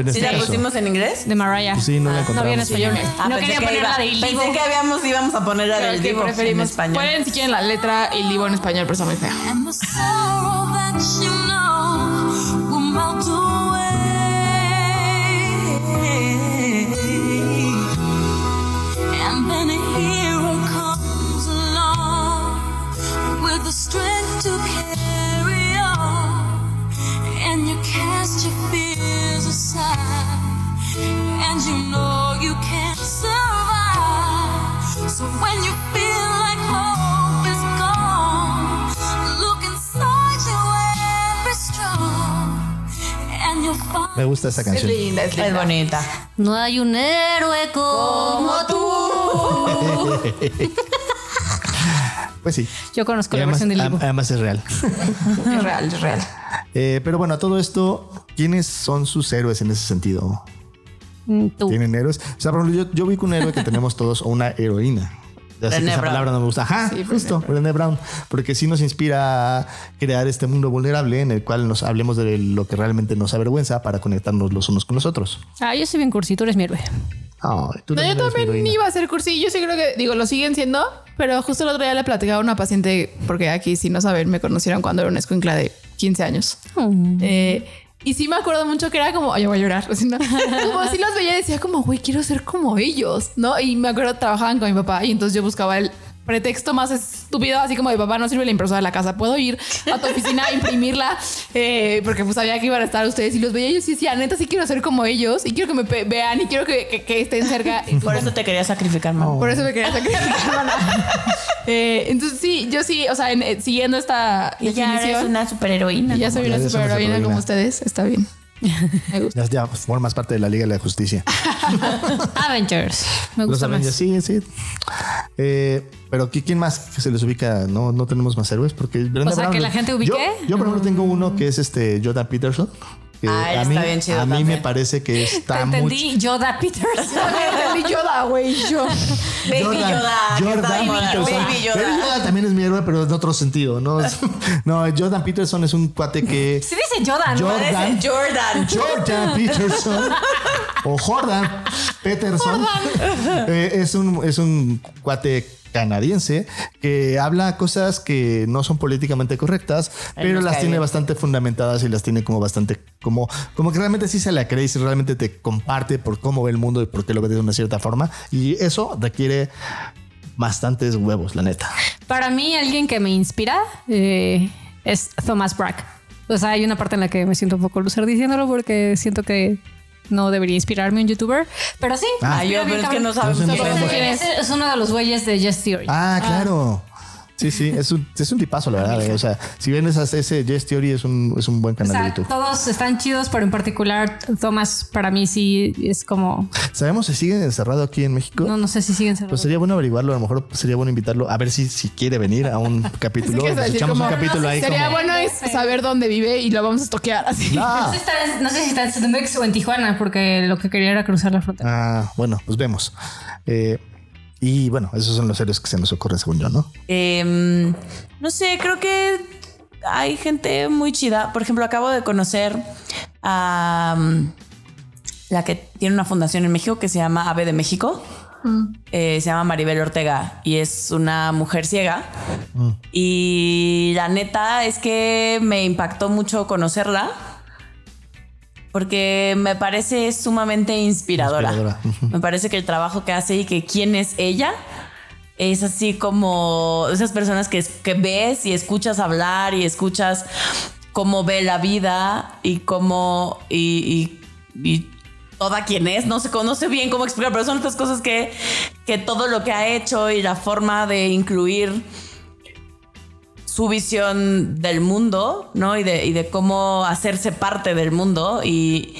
en
¿Sí
este
la
caso.
pusimos en inglés?
de Mariah.
Pues Sí, no la
no
encontramos.
viene en español. no
Ah, pensé
quería
que
poner
iba-
la de
Pensé que
Ilivo.
habíamos, íbamos a poner la
Pero
del
el que
Divo en
preferimos.
español.
Pueden si quieren la letra y Livo en español, pero está muy fea.
And the sorrow that you know will melt away. And then a hero comes along with the strength to carry on. And you cast your fears aside. And you know you can survive. So when you feel like hope is gone, look inside you and be strong. And you'll find.
Me gusta esa canción.
linda,
Es bonita.
No hay un héroe como tú.
Pues sí.
Yo conozco
Y
la
además, ah,
versión de Ilivo.
am- además es real.
Es real, es real.
Eh, pero bueno, a todo esto, ¿quiénes son sus héroes en ese sentido? ah,
Mm, Tú.
¿Tienen héroes? O sea, por ejemplo, yo, yo vi que un héroe que tenemos todos o una heroína. Ya sé
Brené
que esa
Brown.
palabra no me gusta. Ajá, justo, Brené Brown. Porque sí nos inspira a crear este mundo vulnerable en el cual nos hablemos de lo que realmente nos avergüenza para conectarnos los unos con los otros.
Ah, yo soy bien cursi, tú eres mi héroe.
Ay, tú
No, yo
eres mi
también
heroína.
iba a hacer cursillo, sí creo que, digo, lo siguen siendo, pero justo el otro día le platicaba a una paciente, porque aquí, si no saben, me conocieron cuando era una escuincla de 15 años.
Oh,
Eh, y sí me acuerdo mucho que era como, ay, yo voy a llorar. así, ¿no? Como si los veía y decía como, güey, quiero ser como ellos, ¿no? Y me acuerdo, trabajaban con mi papá y entonces yo buscaba el pretexto más estúpido, así como, mi papá no sirve la impresora de la casa, puedo ir a tu oficina a imprimirla, Eh, porque pues sabía que iban a estar ustedes y los veía y yo sí decía, neta, sí quiero ser como ellos y quiero que me pe- vean y quiero que, que- que estén cerca. Y
Por eso te quería sacrificar, mamá.
por eso me quería sacrificar, hermana. Eh, entonces sí, yo sí, o sea, en- eh, siguiendo esta
Y ya eres
definición,
una superheroína.
y ya soy
Ya
una
eres una
superheroína
superheroína.
como ustedes, está bien. Me gusta.
Ya, ya formas parte de la Liga de la Justicia.
Avengers. Me
Los
gusta más.
Avengers, sí, sí. Eh, pero ¿qui- ¿quién más se les ubica? No, no tenemos más héroes porque... Brenda
sea, que la gente ubique.
Yo, yo, por ejemplo, tengo uno que es este Jordan Peterson. que
Ah, él
a mí,
está bien chido
a mí me
también.
parece que
Te
está mucho...
entendí, Yoda Peters.
Baby Yoda, güey, yo.
Baby Yoda. que está
Jordan
bien
Peterson.
Yoda.
Baby Yoda. también es mi héroe, pero en otro sentido. No, Es- no Jordan Peterson es un cuate que...
Sí dice Yoda, ¿no?
Jordan.
Jordan. Jordan.
Jordan Peterson o Jordan Peterson eh, es, un, es un cuate canadiense que habla cosas que no son políticamente correctas,
Ay,
pero
nos
las
cae
tiene
bien.
bastante fundamentadas y las tiene como bastante como como que realmente sí se la cree y sí realmente te comparte por cómo ve el mundo y por qué lo ve de una cierta forma y eso requiere bastantes huevos, la neta.
Para mí, alguien que me inspira eh, es Thomas Brack. O sea, hay una parte en la que me siento un poco loser diciéndolo porque siento que no debería inspirarme un youtuber. Pero sí.
Ah.
Ay, yo, pero es que no sabemos
No sé,
quién
no
es.
sé.
Ese- ese es uno de los güeyes de Yes Theory.
Ah, claro. Sí, sí, es un, es un tipazo, la verdad. eh. O sea, si ven esas, ese Yes Theory es un, es un buen
O
canal de
sea,
YouTube.
todos están chidos, pero en particular Thomas para mí sí es como...
¿Sabemos si sigue encerrado aquí en México?
No, no sé si siguen cerrados.
Pues sería bueno averiguarlo, a lo mejor sería bueno invitarlo a ver si, si quiere venir a un capítulo.
¿Qué es
Nos
decir?
echamos
Como-
un capítulo ahí
Sería
como.
bueno es saber dónde vive y lo vamos a toquear así.
No
Ah,
sé, si está- no sé si está en Cemex o en Tijuana, porque lo que quería era cruzar la frontera.
ah, bueno, pues vemos. Eh, y bueno, esos son los héroes que se nos ocurren, según yo, ¿no?
Em, no sé, creo que hay gente muy chida. Por ejemplo, acabo de conocer a mm, la que tiene una fundación en México que se llama Ave de México.
Mm.
Eh, se llama Maribel Ortega y es una mujer ciega. Y la neta es que me impactó mucho conocerla porque me parece sumamente inspiradora.
Inspiradora.
Me parece que el trabajo que hace y que quién es ella es así como esas personas que, que ves y escuchas hablar y escuchas cómo ve la vida y cómo y, y- y toda quien es, no sé, cómo- no sé bien cómo explicar, pero son estas cosas que, que todo lo que ha hecho y la forma de incluir su visión del mundo, ¿no? Y de, y de cómo hacerse parte del mundo y,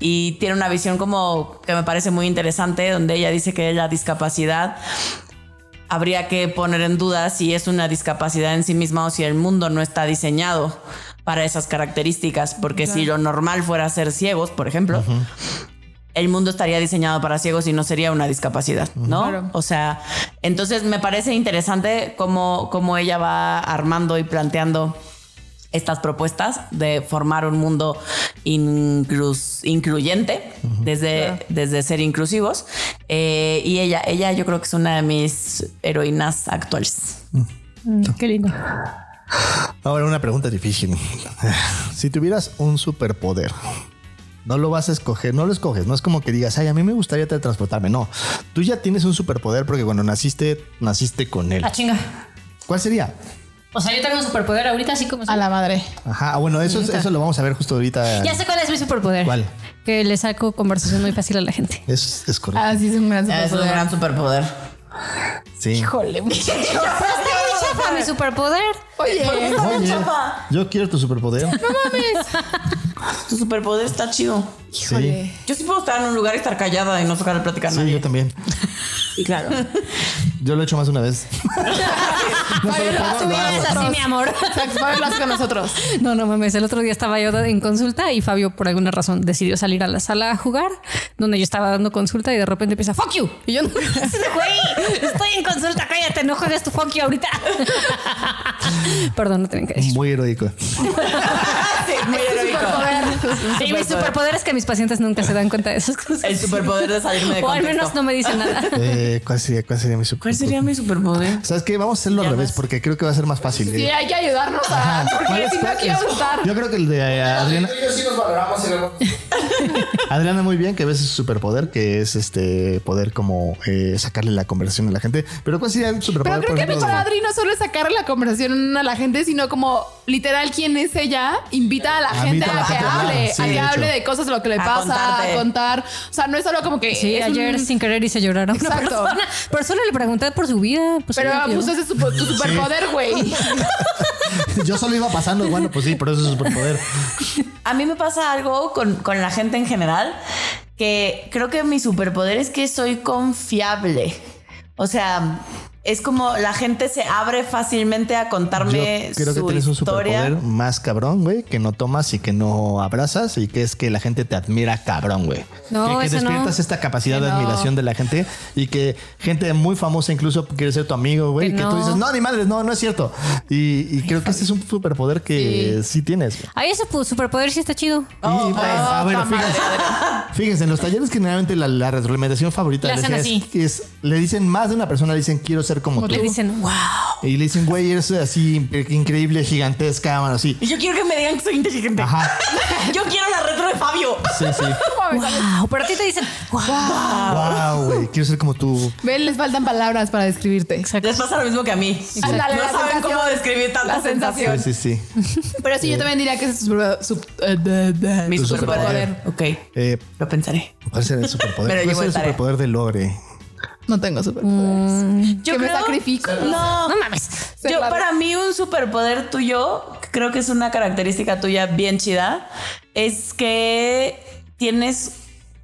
y tiene una visión como que me parece muy interesante, donde ella dice que la discapacidad habría que poner en duda si es una discapacidad en sí misma o si el mundo no está diseñado para esas características, porque si lo normal fuera ser ciegos, por ejemplo, el mundo estaría diseñado para ciegos y no sería una discapacidad, ¿no?
Claro.
O sea, entonces me parece interesante cómo, cómo ella va armando y planteando estas propuestas de formar un mundo inclus- incluyente, desde, desde ser inclusivos. Eh, y ella, ella yo creo que es una de mis heroínas actuales.
Qué lindo.
Ahora una pregunta difícil. Si tuvieras un superpoder, no lo vas a escoger, no lo escoges, no es como que digas, ay, a mí me gustaría teletransportarme, no. Tú ya tienes un superpoder porque cuando naciste, naciste con él.
Ah.
La chinga.
¿Cuál sería?
O sea, yo tengo un superpoder ahorita, así como.
A la madre.
Ajá, ah, bueno, eso, es- eso lo vamos a ver justo ahorita.
Ya sé cuál es mi superpoder.
¿Cuál?
Que le saco conversación muy fácil a la gente.
Es, es correcto.
Ah, sí, es un gran
Es un
superpoder.
gran superpoder.
Ah,
Sí.
Híjole, muchacho.
Pues Muy chafa mi superpoder.
Oye,
Oye, yo quiero tu superpoder.
Tu superpoder está chido.
Sí,
Yo sí puedo estar en un lugar y estar callada y no sacar el platicar a
sí,
nadie.
yo también.
Claro.
Yo lo he hecho más de una vez. No solo
Fabiola,
puedo,
tú
lo
vienes
hago.
Es así, mi amor.
Exacto, Fabiola lo hace con nosotros.
No, no mames. El otro día estaba yo en consulta y Fabio, por alguna razón, decidió salir a la sala a jugar, donde yo estaba dando consulta y de repente empieza fuck you. Y yo no,
Este
güey, estoy en consulta, cállate, no juegues tu fuck you ahorita. Perdón, no tienen que decir.
Muy heroico.
Muy
Este
heroico.
Y mi superpoder es que mis pacientes nunca se dan cuenta de esas cosas.
El superpoder de salirme de
O al
contexto.
menos no me dicen nada.
Eh, ¿cuál, sería, ¿Cuál sería mi
¿Cuál
superpoder?
sería mi superpoder?
¿Sabes qué? Vamos a hacerlo al revés porque creo que va a ser más fácil.
Sí,
Eh,
hay que ayudarnos a.
¿Cuál
Porque
es
si no
Perkins?
quiero gustar.
Yo creo que el de eh, Adriana. Adriana, muy bien, que ves su superpoder, que es este poder como eh, sacarle la conversación a la gente. Pero ¿cuál sería el
Pero
superpoder?
creo
por
que mi
ejemplo, de-
padre no solo es sacar la conversación a la gente, sino como literal quién es ella, invita a la
Ah,
gente
invita a la
a que
gente a hablar,
hable,
sí,
a
de
que hable
hecho.
de cosas, lo que le
A
pasa,
contarte.
a contar. O sea, no es solo como que.
Sí,
es
ayer
un-
sin querer hice llorar a una
Exacto.
persona. Pero solo le pregunté por su vida. Pues,
Pero
ella
pues
lloró.
ese es tu, tu superpoder, güey.
pues, Yo solo iba pasando, bueno, pues sí, pero eso es superpoder.
A mí me pasa algo con, con la gente en general, que creo que mi superpoder es que soy confiable. O sea, es como la gente se abre fácilmente a contarme
Yo creo que
su
tienes un
historia.
superpoder más cabrón, güey, que no tomas y que no abrazas y que es que la gente te admira cabrón, güey.
No,
que, que
ese no.
despiertas esta capacidad de admiración de la gente y que gente muy famosa incluso quiere ser tu amigo, güey,
Que
que, tú
no.
dices, no, ni madres, no, no es cierto. Y, y creo que este es un superpoder que sí, tienes. güey.
Ahí ese pu- superpoder sí está chido.
Y, pues, ah, bueno, fíjense, fíjense, en los talleres generalmente la, la retroalimentación favorita
Le
de la
hacen
gente
así.
es, es- le dicen más de una persona, le dicen quiero ser como, tú.
Le dicen, wow.
Y le dicen, güey, eres así incre- increíble, gigantesca, bueno, así.
Y yo quiero que me digan que soy inteligente.
Ajá.
Yo quiero la retro de Fabio.
Sí, sí.
wow. Pero a ti te dicen, wow.
Wow, güey. Quiero ser como tú.
Ven, les faltan palabras para describirte. Exacto.
Les pasa lo mismo que a mí.
Ándale,
no
la
saben
sensación.
cómo describir tanta
La sensación.
sensación.
Sí, sí, sí.
Pero sí, yo también diría que ese es tu super- sub- eh, de- de-
Mi
Tu
superpoder. Ok,
Eh,
lo pensaré.
¿Cuál será el superpoder?
Pero
¿Cuál
llegó
será el
de tarea.
superpoder de Logre?
No tengo superpoderes.
Mm. Yo
que me
creo-
sacrifico.
No,
No mames.
Yo,
clave.
para mí, un superpoder tuyo, creo que es una característica tuya bien chida, es que tienes.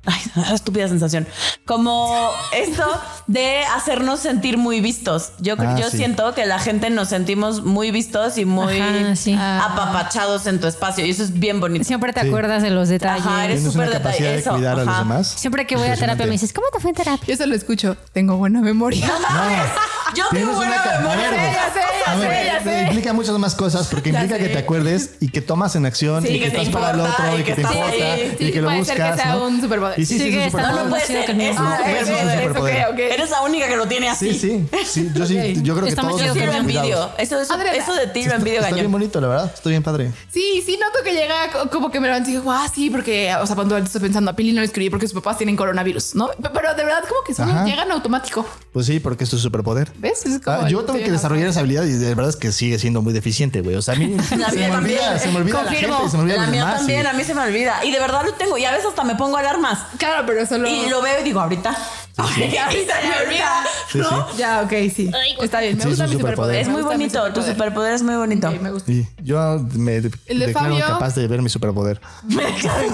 Ay, estúpida sensación. Como esto de hacernos sentir muy vistos. Yo, cre-
Ah,
yo
sí.
siento que la gente nos sentimos muy vistos y muy
Ajá, sí.
Ah.
apapachados en tu espacio. Y eso es bien bonito.
Siempre te acuerdas de los detalles.
Ajá, eres
¿Tienes una
súper
capacidad de
detall- eso,
cuidar a los
ajá.
demás?
Siempre que voy a terapia me dices, ¿cómo te fue en terapia?
Yo se lo escucho. Tengo buena memoria.
Ah,
No.
Yo tengo
Tienes una
buena
ca-
memoria.
A ver, güey.
Ya sé, ya
A
sé,
ver, eh,
ya sé.
Implica muchas más cosas porque implica que te acuerdes y que tomas en acción
Sí,
y que,
que te
estás para el
importa,
otro
y
y que
que
te
estás
importa
ahí.
y
Sí,
que lo
puede ser que
buscas.
sea
¿no?
un superpoder.
Y sí, sí,
Sí,
es
que
un
está
superpoder.
No, no puede
Chido
ser.
que no.
Eso,
Ah,
Eso es un
eso, eso,
superpoder.
ok, ok.
Eres la única que lo tiene así.
Sí, sí, sí. Yo, sí, yo creo que
Está muy
todos
chido
nos
que
Lo
hemos
envidio.
olvidado.
Eso, eso,
Adriana.
eso de ti lo envidio,
Está bien
gañón.
bonito, la verdad. Está bien padre.
Sí, sí, noto que llega co- como que me levanto y digo, ah, sí, porque, o sea, cuando estoy pensando a Pili no le escribí porque sus papás tienen coronavirus, ¿no? P- Pero de verdad, como que solo
Ajá.
llegan automático.
Pues sí, porque es tu superpoder.
¿Ves? Es como
Ah, yo
el-
tengo que desarrollar esa habilidad y de verdad es que sigue siendo muy deficiente, güey. O sea, a mí se me
La mía
olvida,
también.
se me olvida la
Confirmo.
gente, y se me olvida
La
los
mía
demás.
también,
y-
a mí se me olvida. Y de verdad lo tengo. Y a veces hasta me pongo alarmas.
Claro, pero solo.
Y lo veo y digo, ahorita. ahorita me olvida.
Sí,
¿no?
sí.
Ya, ok, sí. Está bien, me
Sí, es
gusta
un
mi superpoder.
superpoder.
Es muy
me gusta mi
bonito. Tu superpoder es muy bonito.
Ok, me gusta.
Y yo me
El de
declaro
Fabio.
capaz de ver mi superpoder.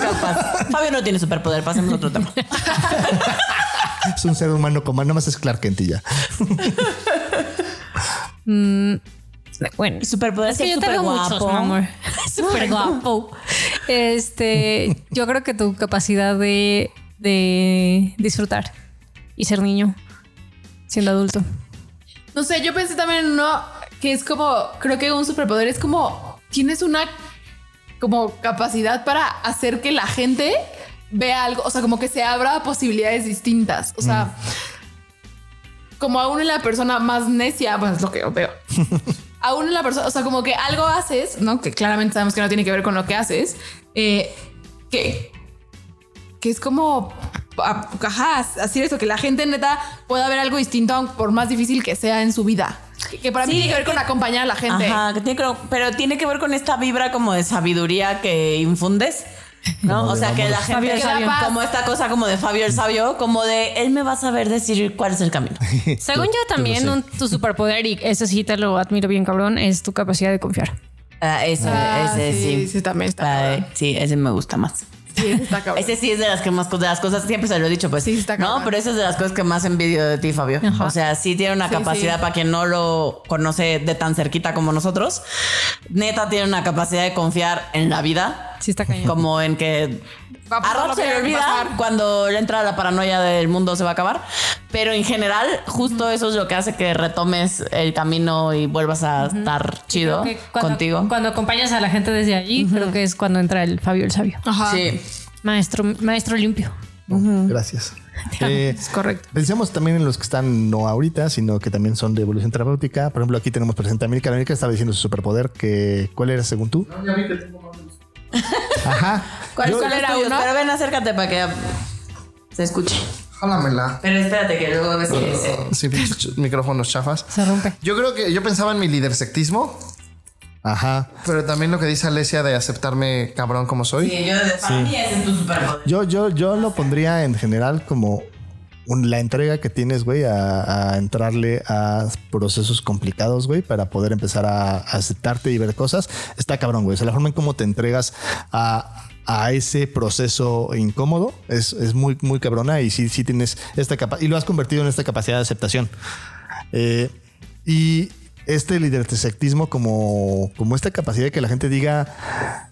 Capaz. Fabio no tiene superpoder. Pasemos a otro tema.
Es un ser humano como nada más es Clark Kent y ya.
Bueno.
Mi superpoder
Es que yo
súper
tengo
guapo.
muchos, mi amor. Súper guapo. Este, yo creo que tu capacidad de, de disfrutar y ser niño siendo adulto.
No sé, yo pensé también en uno que es como, creo que un superpoder es como tienes una como capacidad para hacer que la gente vea algo, o sea, como que se abra a posibilidades distintas. O sea,
Mm.
como aún en la persona más necia, pues es lo que yo veo. aún en la persona, o sea, como que algo haces, ¿no? Que claramente sabemos que no tiene que ver con lo que haces, eh, que, que es como, a- ajá, hacer eso, que la gente neta pueda ver algo distinto, aun por más difícil que sea en su vida. Que, que para mí
Sí,
tiene que ver con acompañar a la gente.
Ajá, que tiene que- pero tiene que ver con esta vibra como de sabiduría que infundes. ¿No?
Como
o
de
sea, que
vamos.
la gente
Fabio el
que
Sabio.
la paz- como esta cosa como de Fabio el Sabio, como de él me va a saber decir cuál es el camino.
Según yo también,
sé.
un- tu superpoder, y eso sí te lo admiro bien, cabrón, es tu capacidad de confiar.
Ah, ese,
Ah,
ese sí.
sí, sí, también está
Ah,
cabrón.
eh, sí, ese me gusta más.
Sí, está cabrón.
Ese sí es de las que más de las cosas, siempre se lo he dicho, pues.
Sí, está
No,
cabrón.
pero esa es de las cosas que más envidio de ti, Fabio. O sea, sí tiene una
Sí,
capacidad
sí.
para quien no lo conoce de tan cerquita como nosotros. Neta tiene una capacidad de confiar en la vida.
Sí está cañón.
Como en que
Va a
a
pasar
Rob
lo que
se le
tenga que
olvida
pasar.
cuando le entra la paranoia del mundo se va a acabar. Pero en general, justo eso es lo que hace que retomes el camino y vuelvas a estar chido
Creo que cuando-
contigo.
Cuando acompañas a la gente desde allí, creo que es cuando entra el Fabio el Sabio.
Ajá.
Sí.
Maestro, maestro limpio.
Gracias. Eh,
Es correcto.
Pensemos también en los que están no ahorita, sino que también son de evolución terapéutica. Por ejemplo, aquí tenemos presente a América. La América estaba diciendo su superpoder, que ¿cuál era según tú? Ajá.
¿Cuál,
Yo-
cuál es
era
tuyo?
uno?
Pero ven, acércate para que se escuche.
Jálamela.
Pero espérate que luego ves que dice.
Sí, pinches ch- micrófonos chafas.
Se rompe.
Yo creo que yo pensaba en mi lidersectismo,
Ajá.
pero también lo que dice Alesia de aceptarme cabrón como soy.
Sí, yo para mí ese es tu superpoder.
Yo, yo, yo lo pondría en general como un- la entrega que tienes, güey, a, a entrarle a procesos complicados, güey, para poder empezar a aceptarte y ver cosas. Está cabrón, güey. O sea, la forma en cómo te entregas a, a ese proceso incómodo es, es muy, muy cabrona y sí, sí tienes esta capacidad y lo has convertido en esta capacidad de aceptación. Eh, y este lidersectismo como, como esta capacidad de que la gente diga,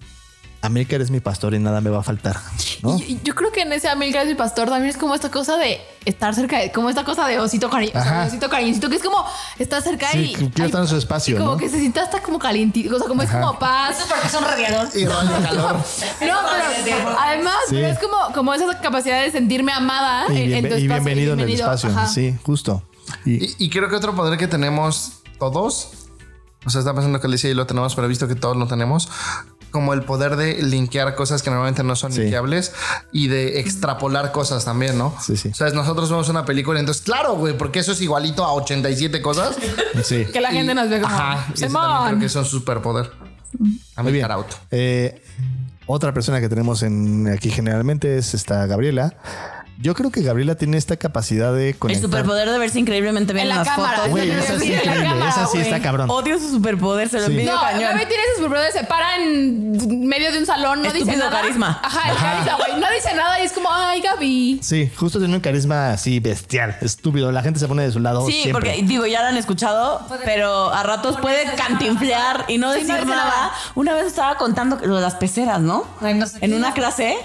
América eres mi pastor y nada me va a faltar. ¿no?
Y- y yo creo que en ese Amilcar y Pastor también es como esta cosa de estar cerca, de, como esta cosa de osito cariño, o sea,
Ajá.
de osito cariñito, que es como está cerca
Sí,
y
que quiere
ay,
estar en su espacio,
Como
¿no?
que se sienta hasta como calientito, o sea, como es como paz.
Porque es un radiador.
Y rollo calor.
No, pero además,
Sí.
pero es como, como esa capacidad de sentirme amada
Y, bienve-
en, en tu
y
espacio,
bienvenido en el
bienvenido,
espacio,
ajá.
sí, justo. Y,
Y, y creo que otro poder que tenemos todos, o sea, está pensando que Alicia y lo tenemos, pero he visto que todos lo tenemos, como el poder de linkear cosas que normalmente no son
Sí.
linkeables y de extrapolar cosas también, ¿no?
Sí, sí.
O sea, nosotros vemos una película, entonces, claro, güey, porque eso es igualito a 87 cosas.
sí.
Que la gente nos ve como
Ajá, y ese también creo
Simón.
que es un superpoder. A
Muy
mí,
bien.
auto.
Eh, otra persona que tenemos en, aquí generalmente es esta Gabriela. Yo creo que Gabriela tiene esta capacidad de
El
conectar.
superpoder de verse increíblemente bien
En
en,
la
las
cámara.
fotos.
Güey, esa es
Sí, en la
increíble.
cámara,
esa sí
güey.
está cabrón.
Odio su superpoder, se lo
Sí.
envidio
No,
cañón.
Gaby tiene sus problemas, se para en medio de un salón, no dice
Estúpido
nada.
carisma.
Ajá, el carisma, güey. No dice nada y es como, ay, Gaby.
Sí, justo tiene un carisma así bestial, estúpido. La gente se pone de su lado
Sí,
Oh, siempre.
porque digo, ya la han escuchado, pero a ratos puede cantinflear y no
Sí,
decir
no dice
nada.
nada.
Una vez estaba contando lo de las peceras, ¿no? en una clase,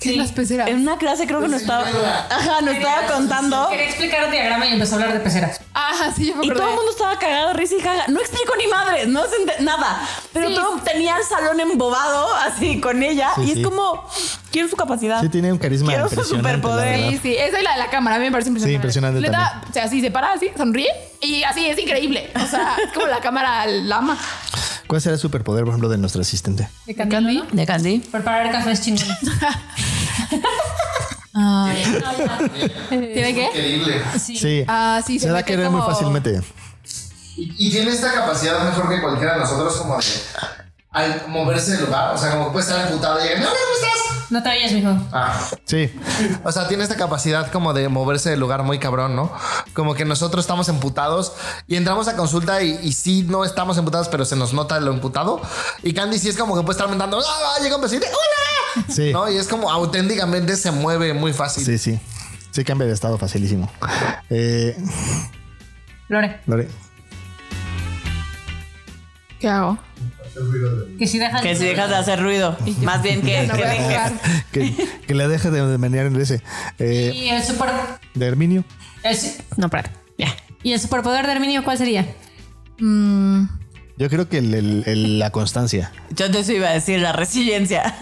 ¿Qué es las peceras?
en una clase creo que nos estaba, ajá, nos estaba contando
Quería explicar el diagrama y empezó a hablar de peceras.
Ah, sí, yo me
y
acordé.
todo el mundo estaba cagado, risa y caga. No explico ni madre, no se ente- nada. Pero
Sí.
todo tenía el salón embobado así con ella
Sí,
y
sí.
es como quiero su capacidad.
Sí, tiene un carisma
Quiero su
impresionante. la
superpoder.
verdad.
Sí, sí, esa es la de la cámara, a mí me parece impresionante.
Sí, impresionante
Le da- o sea, así se para, así, sonríe y así es increíble. O sea, es como la cámara lama.
¿Cuál será el superpoder, por ejemplo, de nuestro asistente?
¿De Candy?
De Candy.
Preparar cafés chingones.
Eh, ¿Tiene qué?
Increíble.
Sí.
Sí.
Ah, sí,
se da a
mete
querer muy
como-
fácilmente.
Y, y tiene esta capacidad mejor que cualquiera de nosotros como de al moverse del lugar, o sea, como puede estar emputado y llega, "No, ¿cómo estás?".
No te vayas, mijo.
Ah.
Sí.
O sea, tiene esta capacidad como de moverse del lugar muy cabrón, ¿no? Como que nosotros estamos emputados y entramos a consulta y, y sí no estamos emputados, pero se nos nota lo emputado. Y Candy sí es como que puede estar mentando, "Ah, ah", llega un presidente, ¡hola!
Sí.
¿No? Y es como auténticamente se mueve muy fácil.
Sí, sí. Sí, cambia de estado facilísimo. Eh,
Lore,
Lore,
¿Qué hago?
que si dejas.
Que si dejas de hacer ruido, más bien que,
No
que
voy a
dejes.
jugar.
que, que la deje de, de menear en ese. Eh,
Y el super.
de Herminio.
el su- no, espérate. Ya. ¿Y el superpoder de Herminio cuál sería?
Yo creo que el- el- el- la constancia.
Yo te iba a decir la resiliencia.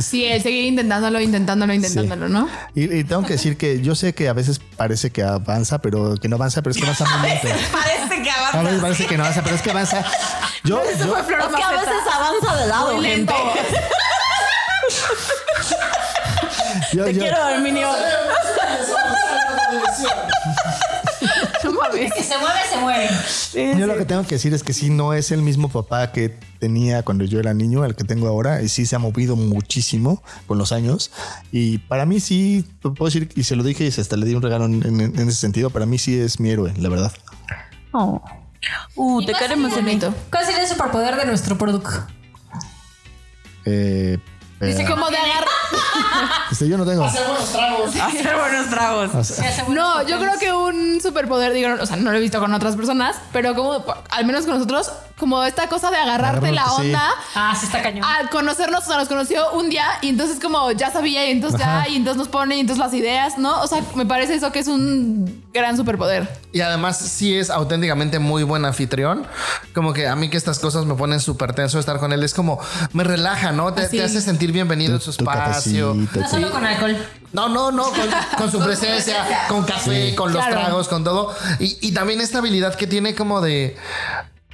Sí, el seguir intentándolo, intentándolo, intentándolo, ¿no?
Y, y tengo que decir que yo sé que a veces parece que avanza, pero que no avanza, pero es que avanza muy lento.
Parece que
A veces
avanza.
parece que no avanza, pero es que avanza. Yo, yo-
Pues,
Es que a veces avanza de lado, gente.
yo-
Te
yo-
quiero, Herminio.
Que se mueve, se mueve.
yo lo que tengo que decir es que sí, no es el mismo papá que tenía cuando yo era niño, el que tengo ahora, y sí se ha movido muchísimo con los años. Y para mí sí, puedo decir, y se lo dije y hasta le di un regalo en, en- en ese sentido, para mí sí es mi héroe, la verdad.
Uh, te queremos, Herminio.
¿Cuál sería el superpoder de nuestro producto?
Eh,
Dice
eh,
como de agarrar.
este, yo no tengo.
Hacer buenos tragos.
O sea,
No, yo creo que un superpoder, digo, o sea, no lo he visto con otras personas, pero como, al menos con nosotros, como esta cosa de agarrarte
Agarrarlo,
la
sí.
onda.
Ah, sí está cañón.
Al conocernos, o sea, nos conoció un día y entonces como ya sabía y entonces
Ajá.
ya, y entonces nos pone y entonces las ideas, ¿no? O sea, me parece eso que es un gran superpoder.
Y además sí es auténticamente muy buen anfitrión. Como que a mí que estas cosas me ponen súper tenso estar con él. Es como, me relaja, ¿no? Te,
Así.
te hace sentir bienvenido en su
tu
espacio.
cafecito,
no solo con alcohol.
No, no, no, con, con su presencia, con café, con los
Claro.
tragos, con todo. Y, y también esta habilidad que tiene como de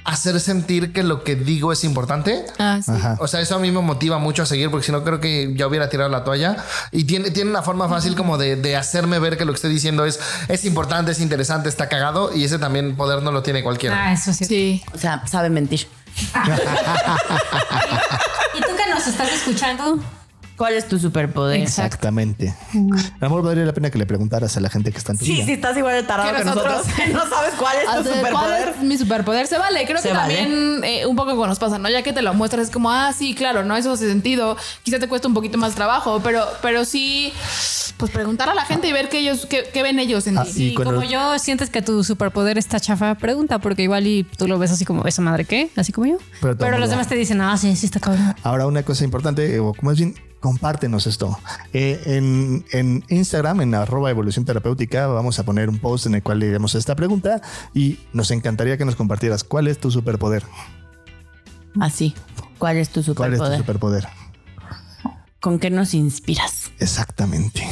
hacer sentir que lo que digo es importante.
Ah, sí.
Ajá.
O sea, eso a mí me motiva mucho a seguir porque si no creo que ya hubiera tirado la toalla. Y tiene, tiene una forma fácil como de, de hacerme ver que lo que estoy diciendo es, es importante, es interesante, está cagado y ese también poder no lo tiene cualquiera.
Ah, eso sí.
Sí.
O sea, sabe mentir.
¿Y tú que nos estás escuchando?
¿Cuál es tu superpoder?
Exactamente. Amor, valdría la pena que le preguntaras a la gente que está en tu
Sí,
vida.
si estás igual de tarado
Que
que nosotros, no sabes cuál es
O
tu
sea, Ah, ¿Cuál
superpoder.
es mi superpoder? Se vale. Creo
Se
que
vale.
también eh, un poco como nos pasa, ¿no? Ya que te lo muestras es como, ah, sí, claro, ¿no? Eso hace sentido. Quizá te cuesta un poquito más trabajo, pero, pero sí, pues preguntar a la gente y ver qué ellos, qué, qué ven ellos en
Ah,
ti.
y
Y
cuando-
como yo sientes que tu superpoder está chafa, pregunta, porque igual y tú lo ves así como, ¿esa madre qué? Así como yo.
Pero
Pero,
todo el
los
mundo.
demás te dicen, ah, sí, sí está cabrón.
Ahora, una cosa importante, eh, o más bien, compártenos esto. Eh, en, en Instagram, en arroba evolución terapéutica, vamos a poner un post en el cual le demos esta pregunta y nos encantaría que nos compartieras cuál es tu superpoder.
Así. ¿Cuál es tu
¿Cuál es tu
superpoder?
superpoder?
¿Con qué nos inspiras?
Exactamente.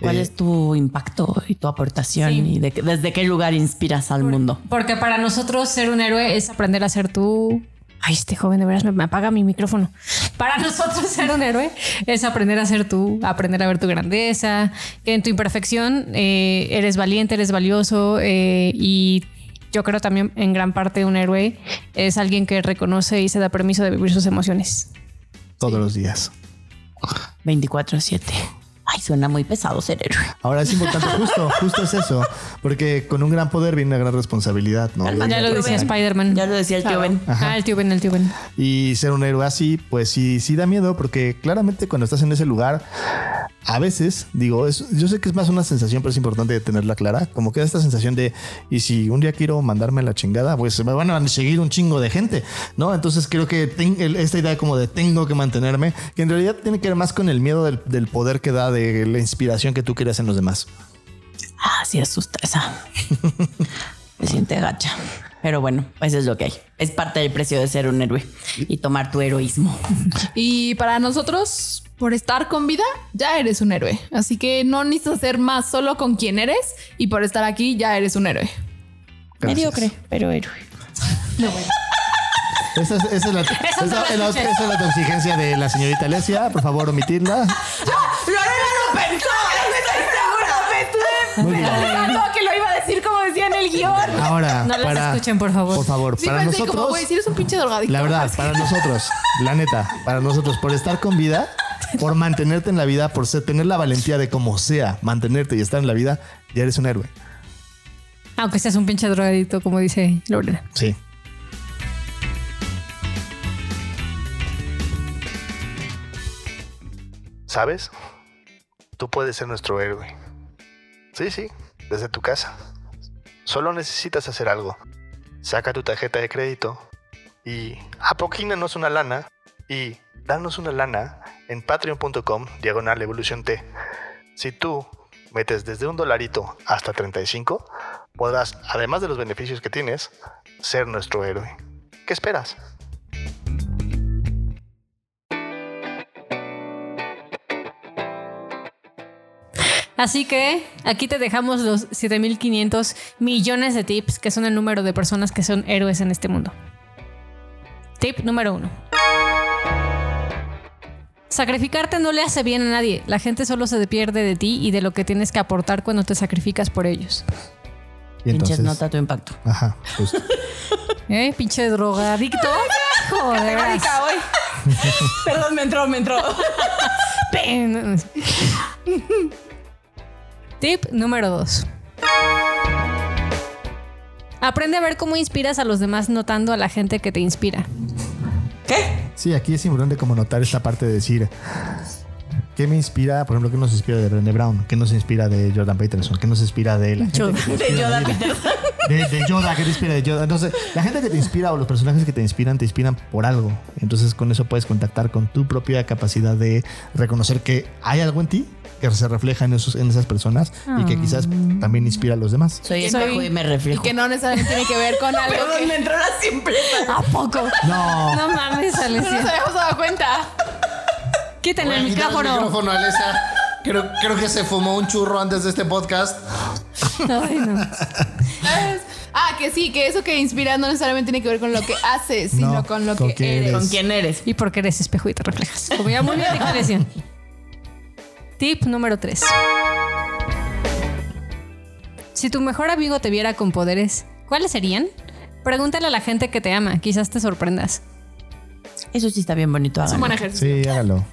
¿Cuál
Eh,
es tu impacto y tu aportación?
Sí.
¿Y de- desde qué lugar inspiras al mundo?
Porque para nosotros ser un héroe es aprender a ser tú. Ay, este joven de veras me, me apaga mi micrófono. Para nosotros ser un héroe es aprender a ser tú, aprender a ver tu grandeza, que en tu imperfección eh, eres valiente, eres valioso eh, y yo creo también en gran parte un héroe es alguien que reconoce y se da permiso de vivir sus emociones.
Todos los días.
24-7. Ay, suena muy pesado ser héroe.
Ahora es importante, justo, justo es eso, porque con un gran poder viene una gran responsabilidad, ¿no?
Ya lo decía Spider-Man.
Ya lo decía el tío Ben.
Ah, el tío Ben, el tío Ben.
Y ser un héroe así, pues sí, sí da miedo, porque claramente cuando estás en ese lugar, a veces, digo, es- yo sé que es más una sensación, pero es importante tenerla clara, como queda esta sensación de, y si un día quiero mandarme a la chingada, pues se me van a seguir un chingo de gente, ¿no? Entonces creo que ten- el- esta idea como de tengo que mantenerme, que en realidad tiene que ver más con el miedo del, del poder que da, de la inspiración que tú creas en los demás.
Ah, sí, asusta esa. Me siente gacha. Pero bueno, pues es lo que hay. Es parte del precio de ser un héroe y tomar tu heroísmo.
Y para nosotros, por estar con vida, ya eres un héroe. Así que no necesitas hacer más solo con quien eres y por estar aquí ya eres un héroe.
Gracias.
Mediocre, pero héroe.
Esa es, esa es la, esa-
no la
es la-
escuché.
esa es la exigencia de la señorita Alesia, por favor omitirla. Muy bien.
Pensando que lo iba a decir como decía en el guión.
Ahora,
No las
para,
escuchen, por favor.
Por favor,
Sí,
para
pensé como,
nosotros,
güey, si eres un pinche drogadicto.
la verdad, para nosotros, la neta, para nosotros, por estar con vida, por mantenerte en la vida, por ser- tener la valentía de como sea, mantenerte y estar en la vida, ya eres un héroe.
Aunque seas un pinche drogadicto, como dice Lorena.
Sí. ¿Sabes? Tú puedes ser nuestro héroe. Sí, sí, desde tu casa. Solo necesitas hacer algo. Saca tu tarjeta de crédito y apoquínanos una lana y danos una lana en patreon.com diagonal evolución T. Si tú metes desde un dolarito hasta 35, podrás, además de los beneficios que tienes, ser nuestro héroe. ¿Qué esperas?
Así que aquí te dejamos los 7500 millones de tips, que son el número de personas que son héroes en este mundo. Tip número uno. Sacrificarte no le hace bien a nadie. La gente solo se pierde de ti y de lo que tienes que aportar cuando te sacrificas por ellos.
Y
Pinches
entonces.
nota tu impacto.
Ajá, pues, justo.
¿Eh? Pinche drogadicto. Joder.
Ah, Perdón, me entró, me entró.
Pen. Tip número 2. Aprende a ver cómo inspiras a los demás notando a la gente que te inspira.
¿Qué?
Sí, aquí es importante como notar esta parte de decir qué me inspira, por ejemplo, qué nos inspira de Brené Brown, qué nos inspira de Jordan Peterson, qué nos inspira de la gente que te
De
inspira en la
Yoda
vida?
Peterson.
De, de Yoda, ¿qué te inspira de Yoda? Entonces, la gente que te inspira o los personajes que te inspiran, te inspiran por algo. Entonces, con eso puedes contactar con tu propia capacidad de reconocer que hay algo en ti que se refleja en, esos, en esas personas y que quizás
Ah.
también inspira a los demás.
Soy
Soy-
espejo y me
Y
reflejo.
que no necesariamente tiene que ver con algo
Perdón, me
que...
entró la simpleza.
¿A poco?
No,
No mames,
No nos
Alesia.
habíamos dado cuenta.
Quítale el
Voy a quitar
micrófono.
micrófono, Alexa. Creo, creo que se fumó un churro antes de este podcast.
Ay, no.
¿Sabes? Ah, que sí, que eso que inspira no necesariamente tiene que ver con lo que haces, sino
No,
con lo
con
que
qué
eres.
eres.
¿Con quién eres?
Y porque eres espejo y te reflejas. Como ya muy bien dijo Alesia. Tip número 3. Si tu mejor amigo te viera con poderes, ¿cuáles serían? Pregúntale a la gente que te ama, quizás te sorprendas.
Eso sí está bien bonito.
Es un
háganlo.
buen ejercicio.
sí, hágalo.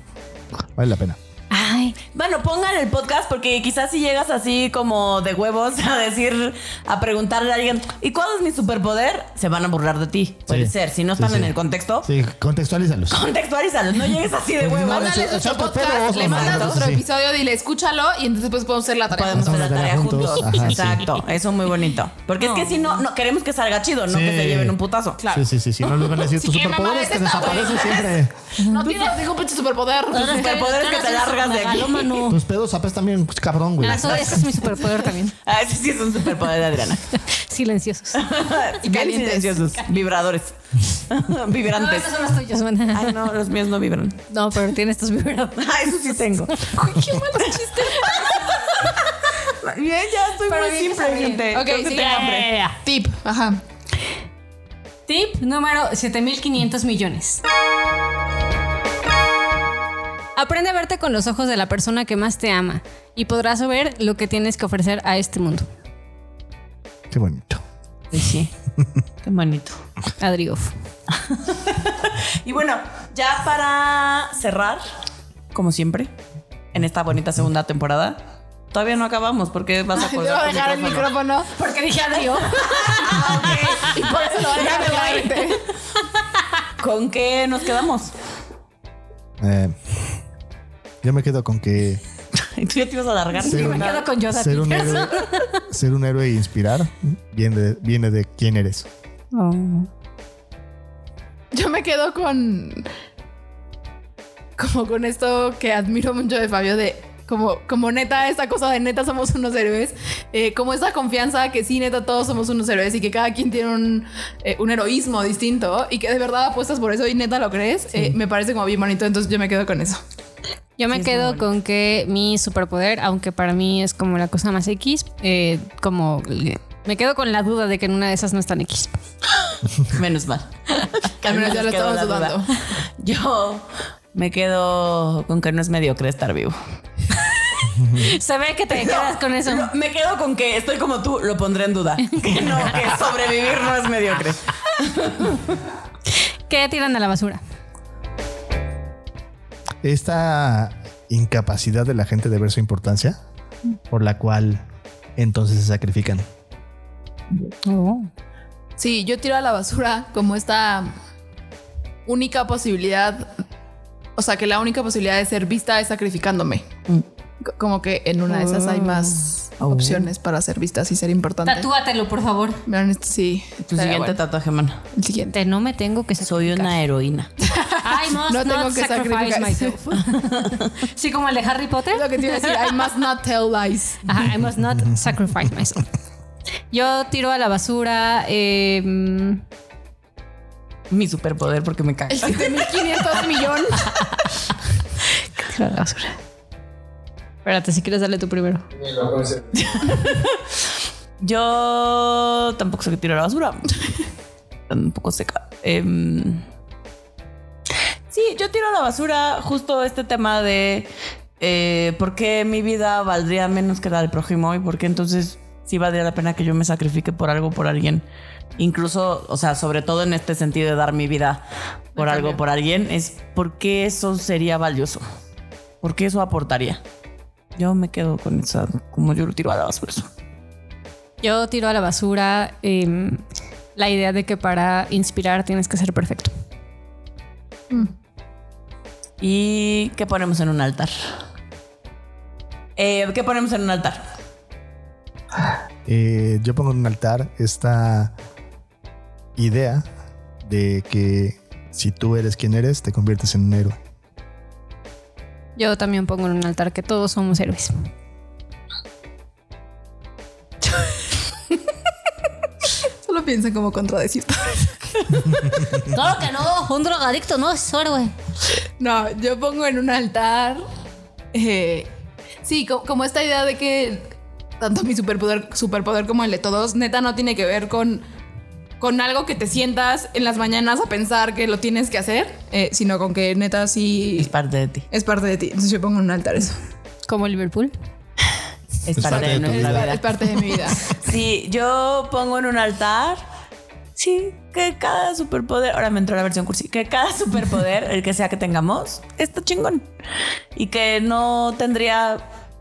Vale la pena.
Ay,
Bueno, pongan el podcast porque quizás si llegas así como de huevos a decir, a preguntarle a alguien, ¿y cuál es mi superpoder? Se van a burlar de ti. Puede
Sí.
ser, si no
Sí,
están
sí.
en el contexto,
Sí, Pues contextualízalos.
contextualízalos, no llegues así de
No,
huevos.
no,
Dale
Ese- ese
otro
otro
podcast,
pedo,
le
vamos a
mandas
mandar,
otro
sí.
episodio, dile, escúchalo y entonces pues podemos hacer la tarea.
Podemos hacer la tarea juntos.
Ajá, sí.
Exacto, eso es muy bonito. Porque es que si no, no queremos que salga chido, no
Sí.
que se lleven un putazo.
Sí, sí, sí, sí. No les van a decir tus
quieren
superpoderes
este
que
mamar esta
desaparecen siempre.
No tienes ningún pinche superpoder.
Los superpoderes que te largas de aquí.
Tus pedos apestan bien, cabrón, güey.
Ah, eso- ese es mi superpoder también.
Ah, ese sí es un superpoder de Adriana.
Silenciosos.
Bien
Calientes.
silenciosos, vibradores, vibrantes.
son los tuyos. Bueno.
Ay, no, los míos no vibran.
No, pero tienes tus vibradores.
Ah, eso sí tengo.
Qué mal chiste.
Bien, ya estoy
Pero
muy
bien que
simple,
sabía.
gente.
Ok,
Creo que
sí,
tengo
ya,
hambre.
Tip. Ajá.
Tip número 7500 millones. Aprende a verte con los ojos de la persona que más te ama y podrás ver lo que tienes que ofrecer a este mundo.
Qué bonito.
Sí, sí. Qué bonito.
Adrioff.
Y bueno, ya para cerrar, como siempre, en esta bonita segunda temporada, todavía no acabamos porque vas a
Ay, Debo
colgar tu
dejar el micrófono.
Porque dije Adrioff.
Y por eso lo voy a
Ya me
dejar
voy.
claramente.
¿Con qué nos quedamos?
Eh, yo me quedo con que
Tú ya te ibas a alargar.
Sí, me
¿verdad?
Quedo con Yoda
ser un,
Peterson.
héroe, ser un héroe e inspirar viene de, viene de quién eres.
Oh.
Yo me quedo con. Como con esto que admiro mucho de Fabio, de como, como neta, esta cosa de neta somos unos héroes. eh, como esa confianza que sí, neta, todos somos unos héroes y que cada quien tiene un, eh, un heroísmo distinto y que de verdad apuestas por eso y neta lo crees, eh, me parece como bien bonito. Entonces yo me quedo con eso.
Yo me quedo con que mi superpoder, aunque para mí es como la cosa más X, eh, como me quedo con la duda de que en una de esas no están X.
Menos mal.
Al menos ya
Nos
lo
quedó
estamos
la duda.
dudando.
Yo me quedo con que no es mediocre estar vivo.
Se ve que te quedas con eso.
Lo- me quedo con que estoy como tú, lo pondré en duda. Que no, que sobrevivir no es mediocre.
¿Qué tiran a la basura?
Esta incapacidad de la gente de ver su importancia, por la cual entonces se sacrifican.
Sí, yo tiro a la basura como esta única posibilidad. O sea, que la única posibilidad de ser vista es sacrificándome. C- Como que en una de esas
Ah.
hay más opciones para ser vistas y ser importante.
Tatúatelo, por favor.
Vean esto, sí.
Tu
estaría
siguiente
bueno.
tatuaje, mano.
El siguiente.
De no me tengo que
Soy
sacrificar.
una heroína.
I must
No tengo
not
que
sacrifice
sacrificar.
myself. sí, como el de Harry Potter.
Es lo que te iba a decir. I must not tell lies.
Ajá, I must not sacrifice em, myself. Yo tiro a la basura. eh, mm,
mi superpoder porque me cae.
El 7500 millón.
Tira la basura. Espérate, si quieres dale tú primero.
Yo tampoco sé qué tiro a la basura. Un poco seca. Em, sí, yo tiro a la basura justo este tema de eh, por qué mi vida valdría menos que la del prójimo y por qué entonces sí valdría la pena que yo me sacrifique por algo, por alguien. Incluso, o sea, sobre todo en este sentido de dar mi vida por algo, por alguien, es por qué eso sería valioso. ¿Por qué eso aportaría? Yo me quedo con esa, como yo lo tiro a la basura. eso.
Yo tiro a la basura em, la idea de que para inspirar tienes que ser perfecto.
¿Y qué ponemos en un altar? Eh, ¿Qué ponemos en un altar?
Eh, yo pongo en un altar esta idea de que si tú eres quien eres, te conviertes en un héroe.
Yo también pongo en un altar que todos somos héroes.
Solo piensan como contradecir.
Claro que no, un drogadicto no es héroe.
No, yo pongo en un altar. eh, sí, co- como esta idea de que tanto mi superpoder, superpoder como el de todos, neta, no tiene que ver con, con algo que te sientas en las mañanas a pensar que lo tienes que hacer, eh, sino con que neta
Es
sí
parte de ti.
es parte de ti. Entonces yo pongo en un altar eso.
Como Liverpool.
Es, parte, de,
tu
nuestra
vida.
vida.
Es parte de mi vida.
Sí, yo pongo en un altar. Sí, que cada superpoder. Ahora me entró la versión cursi. Que cada superpoder, el que sea que tengamos, está chingón. Y que no tendría,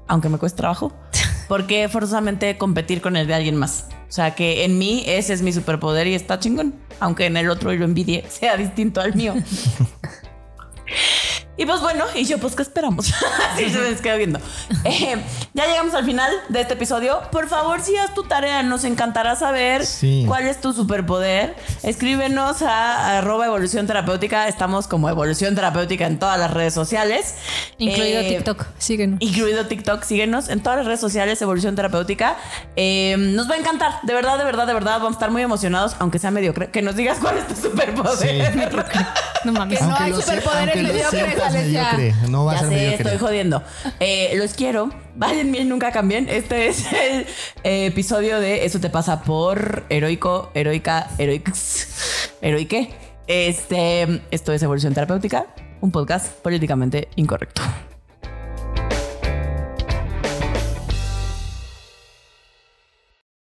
aunque me cueste trabajo, por qué forzosamente competir con el de alguien más. O sea, que en mí ese es mi superpoder y está chingón. Aunque en el otro y lo envidie sea distinto al mío. Y pues bueno, y yo, pues, ¿qué esperamos? Así se les queda viendo. Eh, ya llegamos al final de este episodio. Por favor, si haz tu tarea, nos encantará saber
Sí.
cuál es tu superpoder. Escríbenos a arroba evolución terapéutica. Estamos como evolución terapéutica en todas las redes sociales.
Incluido
Eh,
TikTok. Síguenos.
Incluido TikTok, síguenos en todas las redes sociales, Evolución Terapéutica. Eh, nos va a encantar, de verdad, de verdad, de verdad. Vamos a estar muy emocionados, aunque sea mediocre. Que nos digas cuál es tu superpoder.
Sí.
No mames.
No
Aunque
hay
lo sea-
superpoderes
aunque lo
mediocres,
sientas
Alessia.
mediocre, No va
ya
a ser
sé,
mediocre.
estoy jodiendo. Eh, los quiero. Vayan bien, nunca cambien. Este es el eh, episodio de Eso te pasa por heroico, heroica, heroics, heroique. Este, esto es Evolución Terapéutica, un podcast políticamente incorrecto.